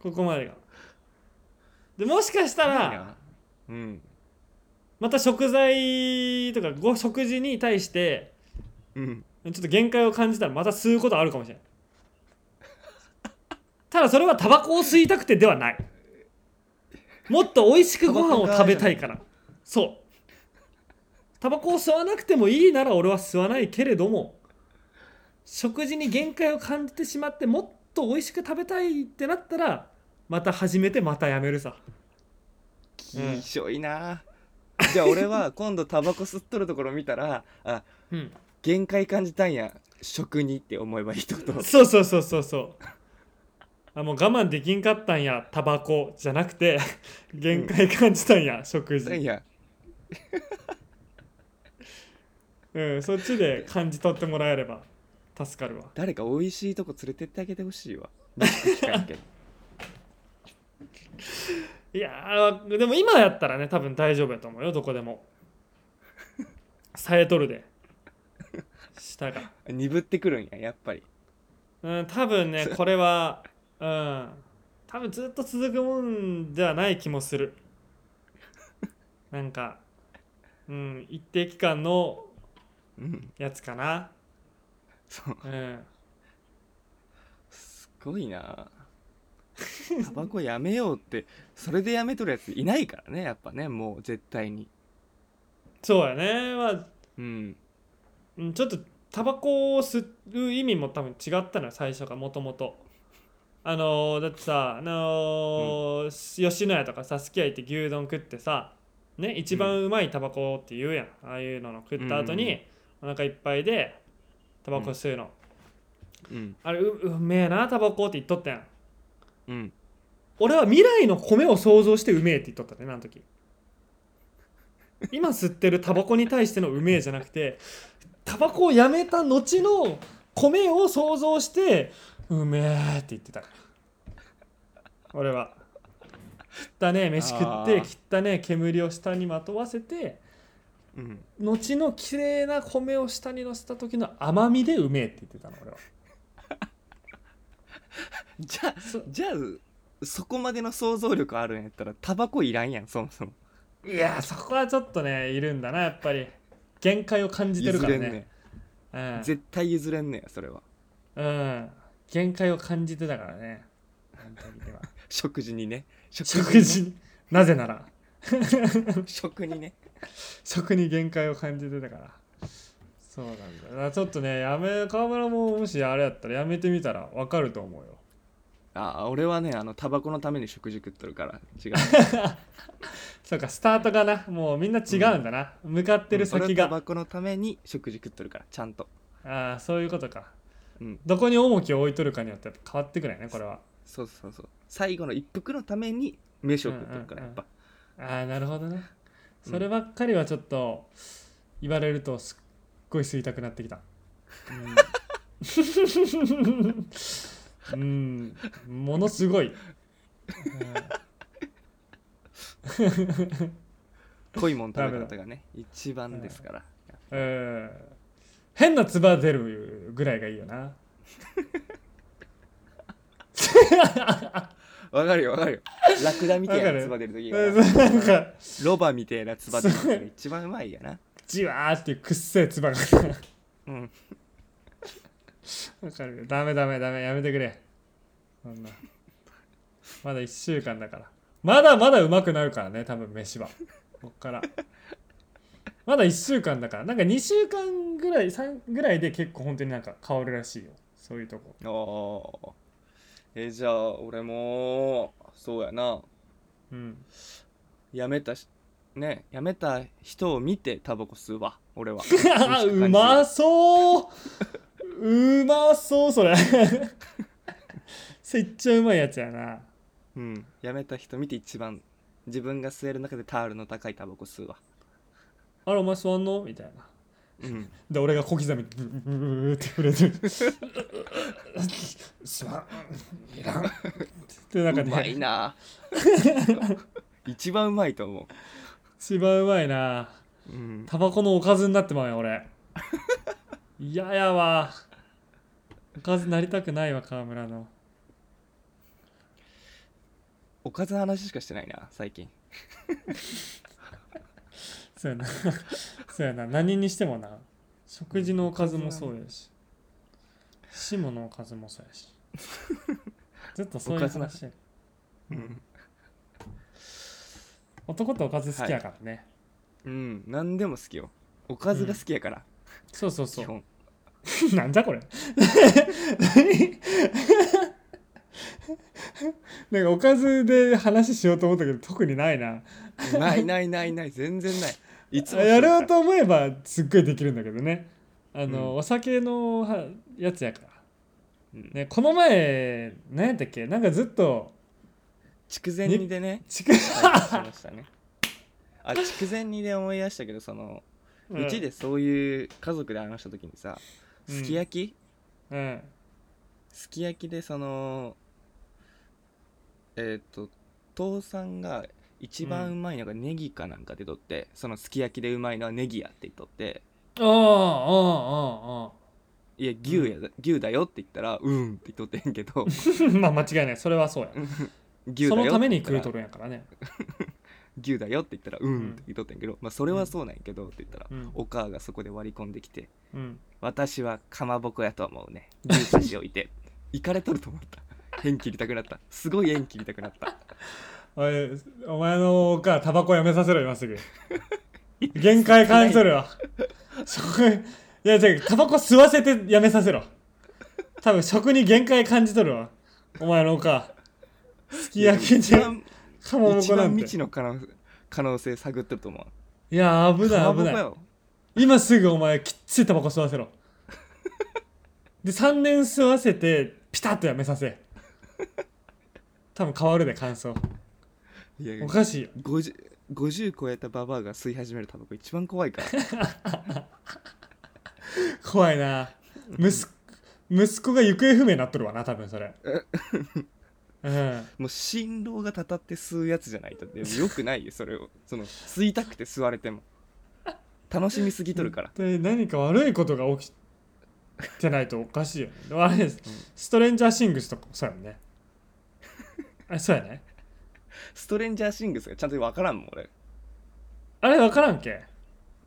Speaker 4: ここまでがでもしかした
Speaker 3: いい
Speaker 4: ら
Speaker 3: なうん
Speaker 4: また食材とかご食事に対して
Speaker 3: うん
Speaker 4: ちょっと限界を感じたらまた吸うことあるかもしれないただそれはタバコを吸いたくてではないもっと美味しくご飯を食べたいからそうタバコを吸わなくてもいいなら俺は吸わないけれども食事に限界を感じてしまってもっと美味しく食べたいってなったらまた始めてまたやめるさ
Speaker 3: きいしょいな、じゃあ俺は今度タバコ吸っとるところ見たらあ
Speaker 4: うん
Speaker 3: 限界感じたんや食にって思えばいいって こと
Speaker 4: そうそうそうそうそうあもう我慢できんかったんやタバコじゃなくて限界感じたんや、食
Speaker 3: い
Speaker 4: 事
Speaker 3: や
Speaker 4: うんそっちで感じ取ってもらえれば助かるわ
Speaker 3: 誰か美味しいとこ連れてってあげてほしいわ肉近いけど
Speaker 4: いやーでも今やったらね多分大丈夫やと思うよどこでもさえとるで下が
Speaker 3: 鈍ってくるんややっぱり
Speaker 4: うん多分ねこれはうん多分ずっと続くもんではない気もするなんかうん一定期間の
Speaker 3: うん
Speaker 4: やつかな
Speaker 3: そう
Speaker 4: うん
Speaker 3: すごい なタバコやめようってそれでやめとるやついないからねやっぱねもう絶対に
Speaker 4: そうやね、まあ
Speaker 3: うん
Speaker 4: うん、ちょっとタバコを吸う意味も多分違ったのよ最初がもともとあのーだってさ、あのー吉野家とかさすき家行って牛丼食ってさね一番うまいタバコって言うやん、ああいうのの食った後に、お腹いっぱいでタバコ吸うの、
Speaker 3: うん
Speaker 4: あれううめえなタバコって言っとったやん
Speaker 3: うん
Speaker 4: 俺は未来の米を想像してうめえって言っとったねあの時今吸ってるタバコに対してのうめえじゃなくてタバコをやめた後の米を想像してうめえって言ってたから俺は汚ねえ飯食って
Speaker 3: あ
Speaker 4: 汚ねえ煙を下にまとわせて
Speaker 3: うん
Speaker 4: 後の綺麗な米を下に乗せた時の甘みでうめえって言ってたの俺は
Speaker 3: じゃあ
Speaker 4: そ
Speaker 3: じゃあそこまでの想像力あるんやったらタバコいらんやんそもそも
Speaker 4: いやーそこはちょっとねいるんだなやっぱり限界を感じてる
Speaker 3: 譲
Speaker 4: から
Speaker 3: れん
Speaker 4: ね
Speaker 3: ね
Speaker 4: うん
Speaker 3: ん絶対譲れんねんそれは
Speaker 4: うん、限界を感じてたからねあの時には
Speaker 3: 食事にね食
Speaker 4: 食事になぜなら
Speaker 3: 食にね
Speaker 4: 食に限界を感じてたからそうなんだだからちょっとねやめ川村ももしあれやったらやめてみたらわかると思うよ
Speaker 3: あ俺はねあのタバコのために食事食っとるから違う
Speaker 4: そうかスタートがなもうみんな違うんだな、向かってる
Speaker 3: 俺
Speaker 4: 先
Speaker 3: はタ
Speaker 4: が、
Speaker 3: バコのために食事食っとるからちゃんと
Speaker 4: ああそういうことか、
Speaker 3: うん
Speaker 4: どこに重きを置いとるかによってやっぱ変わってくるよねこれは
Speaker 3: そうそうそう最後の一服のために飯を食っとるから
Speaker 4: う
Speaker 3: や
Speaker 4: んうんうん
Speaker 3: っぱ
Speaker 4: ああなるほどね
Speaker 3: うん
Speaker 4: そればっかりはちょっと言われるとすっごい吸いたくなってきたうんうんものすごい、
Speaker 3: 濃いもん食べ方がね一番ですから
Speaker 4: うんうん、変な唾出るぐらいがいいよな
Speaker 3: わかるよわかるよラクダみたい
Speaker 4: わか
Speaker 3: な
Speaker 4: る
Speaker 3: つば出る時
Speaker 4: うん
Speaker 3: が
Speaker 4: なんか
Speaker 3: ロバみたいなつば出る 時が一番うまいやな
Speaker 4: じわーっていうくっせえ唾が
Speaker 3: うん
Speaker 4: わかるよダメダメダメやめてくれそんなまだ1週間だからまだまだうまくなるからね多分飯はこっからまだ1週間だからなんか2週間ぐらい3ぐらいで結構本当になんか変わるらしいよそういうとこ
Speaker 3: おーえーじゃあ俺もそうやな
Speaker 4: うん
Speaker 3: やめたしねやめた人を見てタバコ吸うわ俺 は
Speaker 4: あうまそううまそうそれ めっちゃうまいやつやな
Speaker 3: うんやめた人見て一番自分が吸える中でタールの高いタバコ吸うわ
Speaker 4: あれお前座んのみたいな
Speaker 3: うん
Speaker 4: で俺が小刻みにブーブーブーって触れてる「すまんいらん」ってなんか
Speaker 3: うまい
Speaker 4: ね
Speaker 3: な 一番うまいと思
Speaker 4: 一番うまいな
Speaker 3: う、うん、
Speaker 4: タバコのおかずになってまうよ俺嫌やわおかずなりたくないわ川村の
Speaker 3: おかずの話しかしてないな最近
Speaker 4: そうやなそうやな何にしてもな食事のおかずもそうやし下のおかずもそうやしずっとそういう
Speaker 3: おか
Speaker 4: 話や
Speaker 3: うん、
Speaker 4: 男とおかず好きやからね、
Speaker 3: うん、何でも好きよおかずが好きやから、
Speaker 4: そうそうそ
Speaker 3: 基
Speaker 4: う
Speaker 3: 本
Speaker 4: なんじゃこれ なんかおかずで話しようと思ったけど特にないな
Speaker 3: ないないないない全然ないいつも
Speaker 4: やろう
Speaker 3: う
Speaker 4: と思えばすっごいできるんだけどねあの、
Speaker 3: うん
Speaker 4: お酒のはやつやから、
Speaker 3: うん
Speaker 4: ね、この前何やったっけなんかずっと
Speaker 3: 筑前煮でね
Speaker 4: ちく
Speaker 3: 体験しましたねあ筑前煮で思い出したけどその、うちでそういう家族で話した時にさ
Speaker 4: うん
Speaker 3: すき焼き、
Speaker 4: うん
Speaker 3: すき焼きでそのえっ、と父さんが一番うまいのがネギかなんかでとって、そのすき焼きでうまいのはネギやって言っとって
Speaker 4: あああああ
Speaker 3: いや牛や、牛だよって言ったらうんって言っとってんけ ど
Speaker 4: あまあ間違いないそれはそうや
Speaker 3: 牛
Speaker 4: そ
Speaker 3: だ
Speaker 4: の
Speaker 3: よ
Speaker 4: た
Speaker 3: って
Speaker 4: めに
Speaker 3: 言ったら
Speaker 4: 食うとるんやからね
Speaker 3: 牛だよって言ったらうんって言っとってんけど、まあそれはそうなんやけどって言ったら、
Speaker 4: うん
Speaker 3: お母がそこで割り込んできて
Speaker 4: うん
Speaker 3: 私はかまぼこやと思う ね牛差し置いて行かれとると思った縁切りたくなったすごい縁切りたくなった
Speaker 4: おいお前のお母タバコやめさせろ今すぐ 限界感じとるわ食いや違うタバコ吸わせてやめさせろ多分食に限界感じとるわお前のお母すき焼き
Speaker 3: 一
Speaker 4: で
Speaker 3: 番
Speaker 4: かまぼ
Speaker 3: 一
Speaker 4: こな
Speaker 3: 番
Speaker 4: んて
Speaker 3: 未知の可能可能性探ってると思う
Speaker 4: いや危
Speaker 3: かま
Speaker 4: ない危
Speaker 3: ぼこ
Speaker 4: ない
Speaker 3: よ
Speaker 4: 今すぐお前きっちりタバコ吸わせろで3年吸わせてピタッとやめさせ多分変わるね感想
Speaker 3: いや
Speaker 4: おかしいよ
Speaker 3: 50, 50超えたババアが吸い始めるタバコ一番怖いから
Speaker 4: 怖いな息子息子が行方不明になっとるわな多分そ れうん
Speaker 3: もう心労がたたって吸うやつじゃないとでもよくないよそれをその吸いたくて吸われても楽しみすぎとるから
Speaker 4: で何か悪いことが起きてないとおかしいよねでもあれです、ストレンジャーシングスとかもそうやもん ねあそうやね
Speaker 3: ストレンジャーシングスがちゃんと分からんもん俺
Speaker 4: あれ分からんけ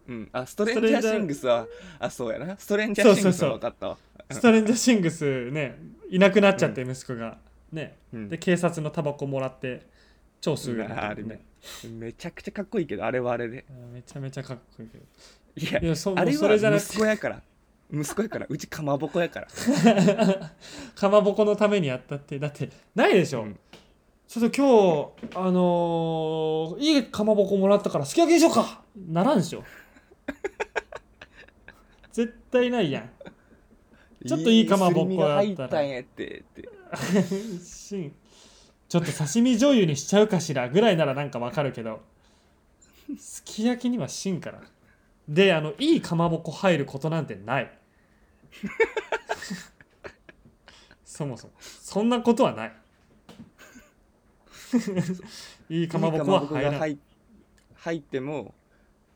Speaker 3: うんあストレンジャーシングスはあそうやなストレンジャーシングスは分かったわ
Speaker 4: ストレンジャーシングスねいなくなっちゃって息子が、ね
Speaker 3: うん
Speaker 4: で警察のタバコもらって超吸うようにな
Speaker 3: あ
Speaker 4: っ
Speaker 3: あ
Speaker 4: て
Speaker 3: れ
Speaker 4: るね
Speaker 3: ねめちゃくちゃかっこいいけどあれはあれで
Speaker 4: うんめちゃめちゃかっこいいけど
Speaker 3: いや
Speaker 4: いやそう
Speaker 3: あれ
Speaker 4: もうそれじゃ
Speaker 3: は
Speaker 4: なくて
Speaker 3: 息子やから息子やからうちかまぼこやから
Speaker 4: かまぼこのためにやったってだってないでしょ、
Speaker 3: うん
Speaker 4: ちょっと今日あのーいいかまぼこもらったからすき焼きにしようかならんでしょ絶対ないやんちょっといいかまぼっこやったら
Speaker 3: いいすり身が入ったんやってって
Speaker 4: 一心ちょっと刺身醤油にしちゃうかしらぐらいならなんかわかるけどすき焼きには芯からであのいいかまぼこ入ることなんてないそもそもそんなことはないいいかまぼこは入ら
Speaker 3: が
Speaker 4: ない
Speaker 3: 入入っても、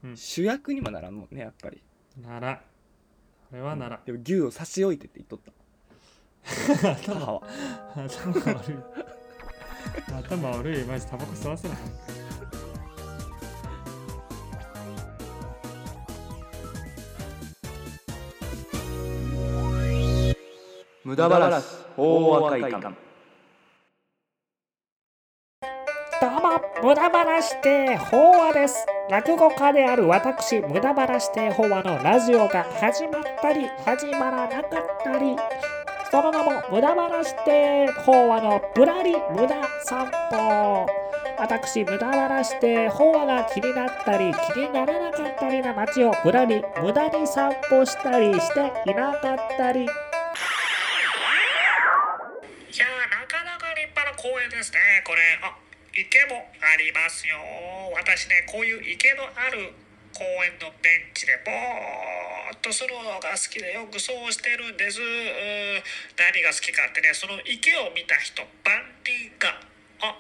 Speaker 4: うん
Speaker 3: 主役にもならんもんねやっぱり
Speaker 4: ならこれはなら
Speaker 3: でも牛を差し置いてって言っとった母は
Speaker 4: 頭悪い頭悪いマジタバコ吸わせない
Speaker 3: 無駄話大赤いか
Speaker 5: どうも、無駄話で法話です。落語家である私、無駄話で法話のラジオが始まったり、始まらなかったり、その名も無駄話で法話のぶらり無駄散歩。私、無駄話で法話が気になったり、気にならなかったりな街をぶらり無駄に散歩したりしていなかったり。いやーなかなか立派な公園ですねこれあ池もありますよ私ねこういう池のある公園のベンチでぼーっとするのが好きでよくそうしてるんですうー何が好きかってねその池を見た人バンディがあ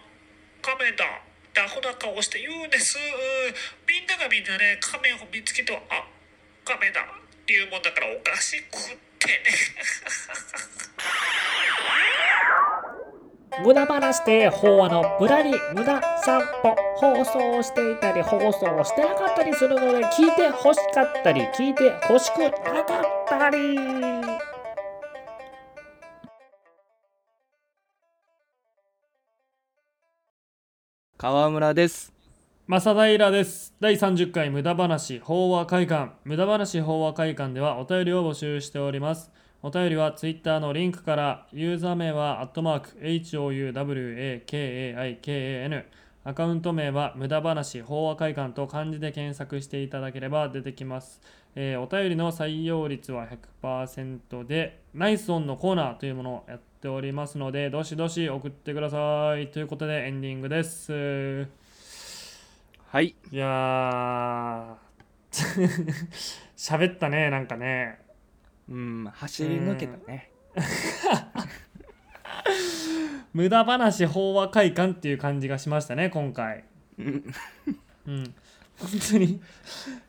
Speaker 5: 亀だダフな顔して言うんですうーみんながみんなね亀を見つけてはあ亀だっていうもんだからおかしくってね無駄話で法話のぶらり無駄散歩放送していたり放送をしてなかったりするので聞いて欲しかったり聞いて欲しくなかったり。
Speaker 3: 川村です
Speaker 4: 正平です第30回無駄話法話会館無駄話法話会館ではお便りを募集しておりますお便りは Twitter のリンクからユーザー名はアットマーク HOUWAKAIKAN アカウント名は無駄話法話会館と漢字で検索していただければ出てきます、えーお便りの採用率は100%でナイスオンのコーナーというものをやっておりますのでどしどし送ってくださいということでエンディングです
Speaker 3: はい
Speaker 4: いやー 喋ったねなんかね
Speaker 3: うん走り抜けたね
Speaker 4: 無駄話法話会館っていう感じがしましたね今回
Speaker 3: うん
Speaker 4: うん本当に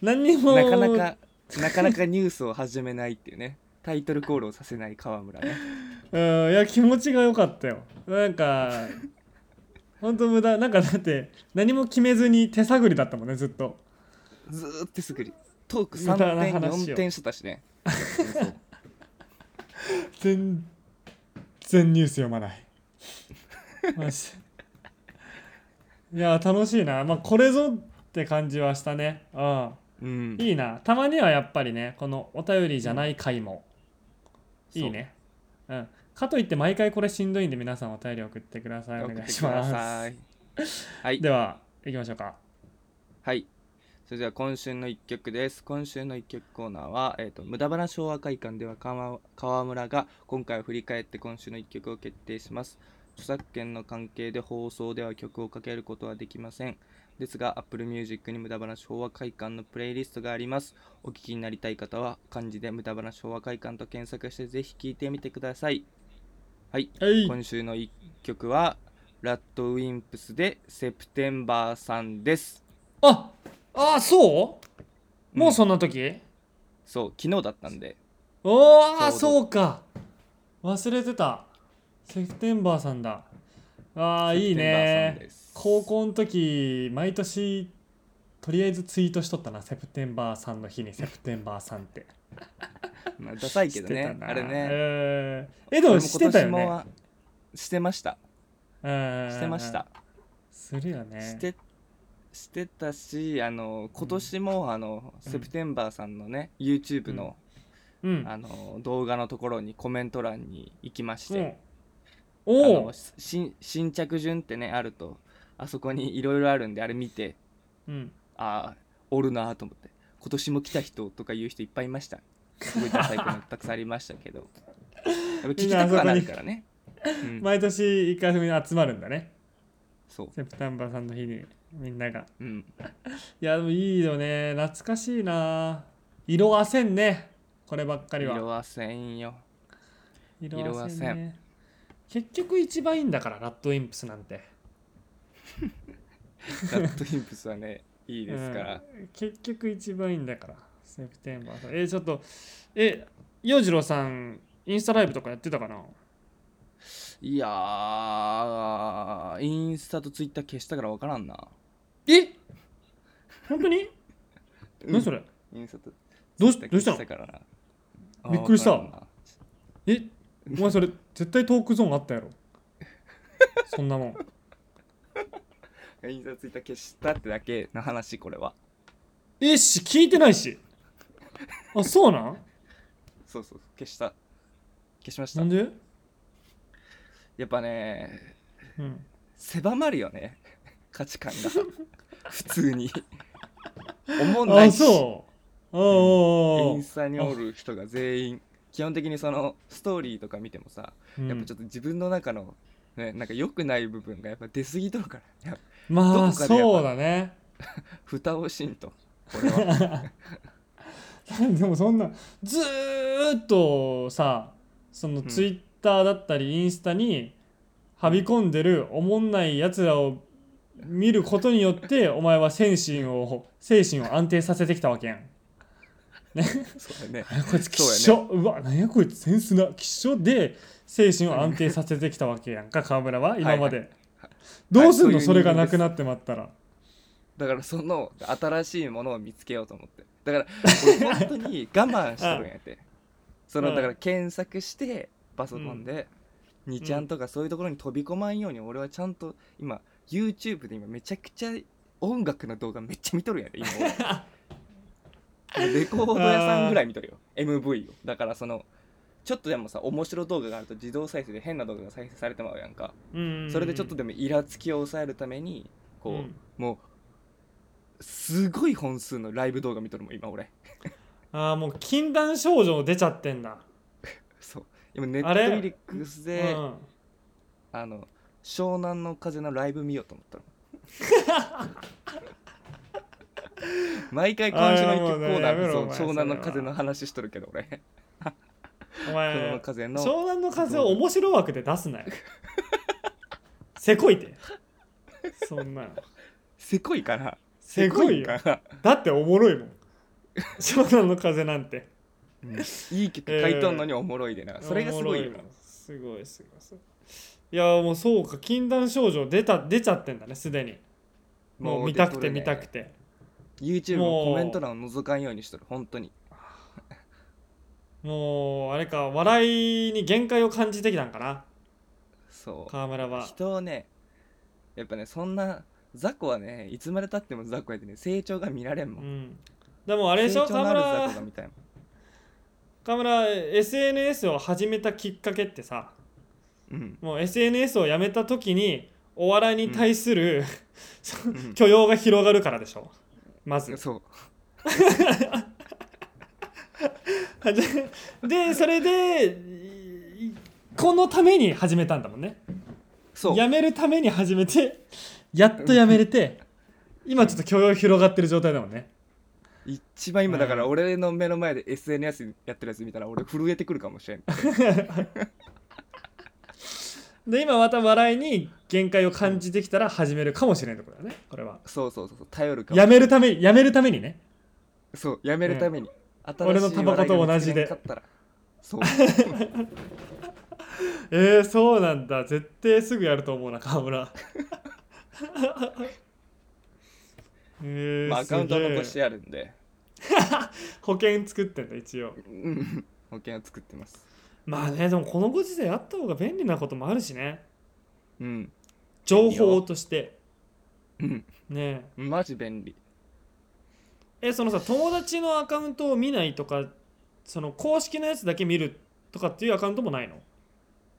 Speaker 4: 何にも
Speaker 3: なかなかなかなかニュースを始めないっていうねタイトルコールをさせない川村ね
Speaker 4: うんいや気持ちが良かったよなんか本当無駄なんかだって何も決めずに手探りだったもんねずっと
Speaker 3: ずーっとすぐにトーク
Speaker 4: 無駄な話
Speaker 3: 3点
Speaker 4: を
Speaker 3: 4点してたし ね
Speaker 4: 全然ニュース読まない マジでいや楽しいなまあこれぞって感じはしたねうん
Speaker 3: うん
Speaker 4: いいなたまにはやっぱりねこのお便りじゃない回も、
Speaker 3: うん
Speaker 4: いいねうんかといって毎回これしんどいんで皆さんお便り送ってくださいお
Speaker 3: 送っ
Speaker 4: 願
Speaker 3: て
Speaker 4: いし
Speaker 3: くだ
Speaker 4: ます
Speaker 3: さいはい
Speaker 4: では行きましょうか
Speaker 3: はい。それでは今週の一曲です。今週の一曲コーナーは、えっ、と、無駄話昭和会館では川川村が今回を振り返って今週の一曲を決定します。著作権の関係で放送では曲をかけることはできません。ですが、Apple Music に無駄話昭和会館のプレイリストがあります。お聞きになりたい方は、漢字で無駄話昭和会館と検索してぜひ聴いてみてください。はい。
Speaker 4: はい
Speaker 3: 今週の一曲は、ラッドウィンプスでセプテンバーさんです。
Speaker 4: ああそうもうそんな時、
Speaker 3: そう、昨日だったんで。
Speaker 4: おーあ
Speaker 3: ちょうど
Speaker 4: そうか忘れてたセプテンバーさんだあーい
Speaker 3: セ
Speaker 4: い
Speaker 3: プテンバーさん
Speaker 4: ね
Speaker 3: です
Speaker 4: 高校の時毎年とりあえずツイートしとったなセプテンバーさん の日にセプテンバーさんって
Speaker 3: まあ、ダサいけど
Speaker 4: してた
Speaker 3: ね、
Speaker 4: な
Speaker 3: あれね。
Speaker 4: えーえでもしてたよ
Speaker 3: 俺も
Speaker 4: ね
Speaker 3: 今年もしてました。
Speaker 4: うん
Speaker 3: してました。
Speaker 4: するよね
Speaker 3: してしてたし、あの今年もあの、セプテンバーさんのね、YouTube の,、
Speaker 4: うん
Speaker 3: あの動画のところにコメント欄に行きまし
Speaker 4: うん
Speaker 3: て、あ
Speaker 4: お
Speaker 3: の
Speaker 4: お
Speaker 3: 新新着順ってねあると、あそこにいろいろあるんであれ見て、
Speaker 4: うん
Speaker 3: ああおるなーと思って。今年も来た人とかいう人いっぱいいました。すごいダサいコメントたくさんありましたけど。やっぱ聞きたくはなるからね。うん
Speaker 4: 毎年一回みんな集まるんだね
Speaker 3: そう。
Speaker 4: セプテンバーさんの日にみんなが
Speaker 3: うん。
Speaker 4: いやでもいいよね懐かしいな色あせんねこればっかりは
Speaker 3: 色あせんよ。
Speaker 4: 色
Speaker 3: 色あせん
Speaker 4: ね結局一番いいんだからラッドインプスなんて
Speaker 3: ラッドインプスは ね、いいですから。
Speaker 4: うん結局一番いいんだからセプテンバーさんえちょっとえ洋次郎さんインスタライブとかやってたかない
Speaker 3: やー、インスタとツイッター消したからわからんな。
Speaker 4: え本当に、
Speaker 3: うん
Speaker 4: 何それ
Speaker 3: インスタと
Speaker 4: どうし
Speaker 3: ツイッター
Speaker 4: どうした
Speaker 3: 消
Speaker 4: の
Speaker 3: からなあー
Speaker 4: びっくりした
Speaker 3: わからんな
Speaker 4: えお前それ絶対トークゾーンあったやろそんなもん
Speaker 3: インスタツイッター消したってだけの話、これは。
Speaker 4: えし聞いてないしあそうなん
Speaker 3: そうそうそう、消した。消しました
Speaker 4: なん。で、
Speaker 3: やっぱね、
Speaker 4: うん、
Speaker 3: 狭まるよね価値観が普通 に思んないし
Speaker 4: そうあ
Speaker 3: イ
Speaker 4: あ、
Speaker 3: ンスタにおる人が全員基本的にそのストーリーとか見てもさ、
Speaker 4: うん
Speaker 3: やっぱちょっと自分の中のねなんか良くない部分がやっぱ出過ぎとるからやっぱど
Speaker 4: まあ
Speaker 3: こかでやっぱ
Speaker 4: そうだね
Speaker 3: 蓋をしんとこれは
Speaker 4: でもそんなずーっとさその
Speaker 3: ん
Speaker 4: ツイッターだったりインスタにはび込んでるおもんないやつらを見ることによってお前は精神を精神を安定させてきたわけやん。
Speaker 3: そうだね
Speaker 4: あこいつきっし
Speaker 3: そうや
Speaker 4: ょう,、わなんやこいつセンスなきっしょで精神を安定させてきたわけやんか川村は今まで、どうすんの、
Speaker 3: はい
Speaker 4: そ
Speaker 3: そうい
Speaker 4: れ
Speaker 3: う人間
Speaker 4: が
Speaker 3: です
Speaker 4: なくなってまったら
Speaker 3: だからその新しいものを見つけようと思ってだから俺本当に我慢しとるんや てそのだから検索してパソコンで2ちゃんとかそういうところに飛び込まんように俺はちゃんと今 YouTube で今めちゃくちゃ音楽の動画めっちゃ見とるんやで今俺レコード屋さんぐらい見とるよ MV をだからそのちょっとでもさ面白動画があると自動再生で変な動画が再生されてまうやんかそれでちょっとでもイラつきを抑えるためにこう、
Speaker 4: うん
Speaker 3: もうすごい本数のライブ動画見とるもん今俺
Speaker 4: ああもう禁断症状出ちゃってんだ、
Speaker 3: そう今ネッ
Speaker 4: あ
Speaker 3: ト
Speaker 4: れ
Speaker 3: フリックスであ、の湘南の風のライブ見ようと思 ったの毎回今週の一曲コーナ
Speaker 4: あーもうねやめ
Speaker 3: ー
Speaker 4: ろ
Speaker 3: そ
Speaker 4: お
Speaker 3: う
Speaker 4: 前
Speaker 3: 湘南の
Speaker 4: それ
Speaker 3: 風
Speaker 4: は
Speaker 3: の話しとるけど俺
Speaker 4: うん、お
Speaker 3: 湘南
Speaker 4: 前
Speaker 3: の風の
Speaker 4: 湘南の風を面白枠で出すなよ せこいてそんなの
Speaker 3: せこいかな
Speaker 4: せこいよ
Speaker 3: せか
Speaker 4: だっておもろいもん湘南の風なんて
Speaker 3: ないい曲書いとんのにおもろいでな、それがすごいよ
Speaker 4: おもろわすごいすごいすごいいやもうそうか禁断症状出た出ちゃってんだねすでにもう見たくて見たく
Speaker 3: て
Speaker 4: て
Speaker 3: YouTube も
Speaker 4: もう
Speaker 3: コメント欄を覗かんようにしとる本当に
Speaker 4: もうあれか笑いに限界を感じてきたんかな
Speaker 3: そう
Speaker 4: 川村は
Speaker 3: 人をねやっぱねそんな雑魚はねいつまでたっても雑魚やでね成長が見られん
Speaker 4: う
Speaker 3: もん、
Speaker 4: んでもあれで
Speaker 3: 成
Speaker 4: しょ
Speaker 3: 長の
Speaker 4: 川
Speaker 3: ある雑魚が
Speaker 4: 村
Speaker 3: 見たいもん
Speaker 4: 川村 SNS を始めたきっかけってさ
Speaker 3: うん
Speaker 4: もう SNS をやめた 時にお笑いに対する、
Speaker 3: ん
Speaker 4: 許容が広がるからでしょまず
Speaker 3: そう
Speaker 4: はじ でそれでいこのために始めたんだもんね
Speaker 3: そう
Speaker 4: やめるために始めてやっとやめれて今ちょっと許容広がってる状態だもんね
Speaker 3: 一番今だから俺の目の前で SNS やってるやつ見たら俺震えてくるかもしれん
Speaker 4: で今また笑いに限界を感じてきたら始めるかもしれないところだねこれは
Speaker 3: そうそうそうそう頼るかも
Speaker 4: やめるためにやめるためにね
Speaker 3: そうやめるために、
Speaker 4: 俺のタバコと同じで
Speaker 3: 新しい笑いが見つけれんかったらそ う
Speaker 4: えー、そうなんだ絶対すぐやると思うな 河村えー、
Speaker 3: まあアカウントは残し
Speaker 4: す
Speaker 3: て
Speaker 4: げえ
Speaker 3: あるんで
Speaker 4: 保険作ってんだ一応
Speaker 3: うん保険を作ってます
Speaker 4: まあねでもこのご時世あった方が便利なこともあるしね
Speaker 3: うん
Speaker 4: 情報として
Speaker 3: うん
Speaker 4: ね
Speaker 3: マジ便利
Speaker 4: ええそのさ友達のアカウントを見ないとかその公式のやつだけ見るとかっていうアカウントもないの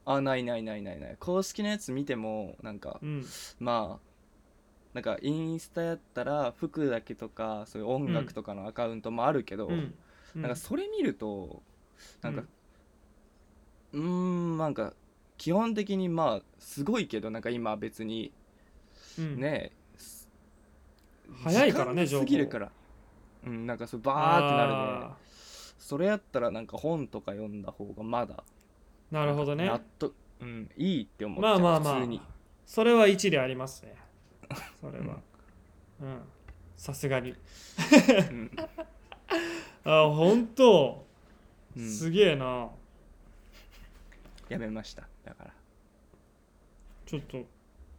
Speaker 3: あないないないないない公式のやつ見てもなんか
Speaker 4: うん
Speaker 3: まあなんかインスタやったら服だけとかそういう音楽とかのアカウントもあるけど、
Speaker 4: うんう
Speaker 3: なんかそれ見るとなんかうーんなんか基本的にまあすごいけどなんか今別に
Speaker 4: うん
Speaker 3: ね、す
Speaker 4: 早いからね
Speaker 3: 時間
Speaker 4: 情
Speaker 3: が
Speaker 4: 報
Speaker 3: 過ぎるからうんなんかそうバーってなるね
Speaker 4: あ
Speaker 3: それやったらなんか本とか読んだ方がまだ
Speaker 4: ーなるほどね
Speaker 3: 納得、うんいいって思っち
Speaker 4: ま
Speaker 3: ゃ
Speaker 4: あ
Speaker 3: う、
Speaker 4: まあまあ
Speaker 3: 普通に
Speaker 4: それは一理ありますねそれはうんさすがに
Speaker 3: うん
Speaker 4: あ本当
Speaker 3: うん
Speaker 4: すげえな
Speaker 3: やめましただから
Speaker 4: ちょっと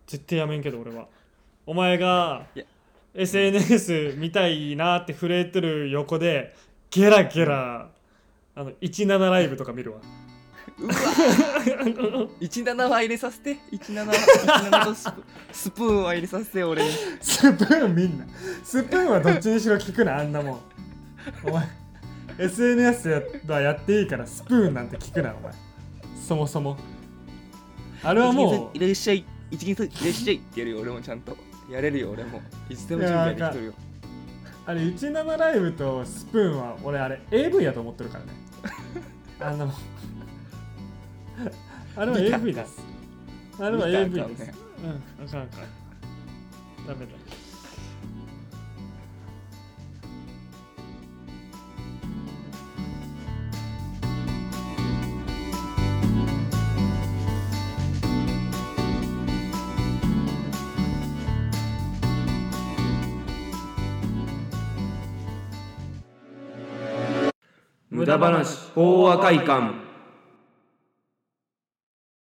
Speaker 4: 絶対やめんけど俺はお前が
Speaker 3: いや
Speaker 4: SNS 見たいなって震えてる横でゲラゲラあの17ライブとか見るわ
Speaker 3: うわ17は入れさせて17は17とスプ スプーンは入れさせて俺に
Speaker 4: スプーンみんなスプーンはどっちにしろ聞くなあんなもんお前 SNS やはやっていいからスプーンなんて聞くなお前そもそもあれはも
Speaker 3: 一元さんいらっしゃい一元さんいらっしゃいってやるよ俺もちゃんとやれるよ俺もいつでも準備はできとるよ
Speaker 4: うあれ17ライブとスプーンは俺あれ AV やと思ってるからねあんなもんあれは AV ですあれは AV です、
Speaker 3: 見た
Speaker 4: うんあかんあかんダメだ
Speaker 6: 無駄話法和会館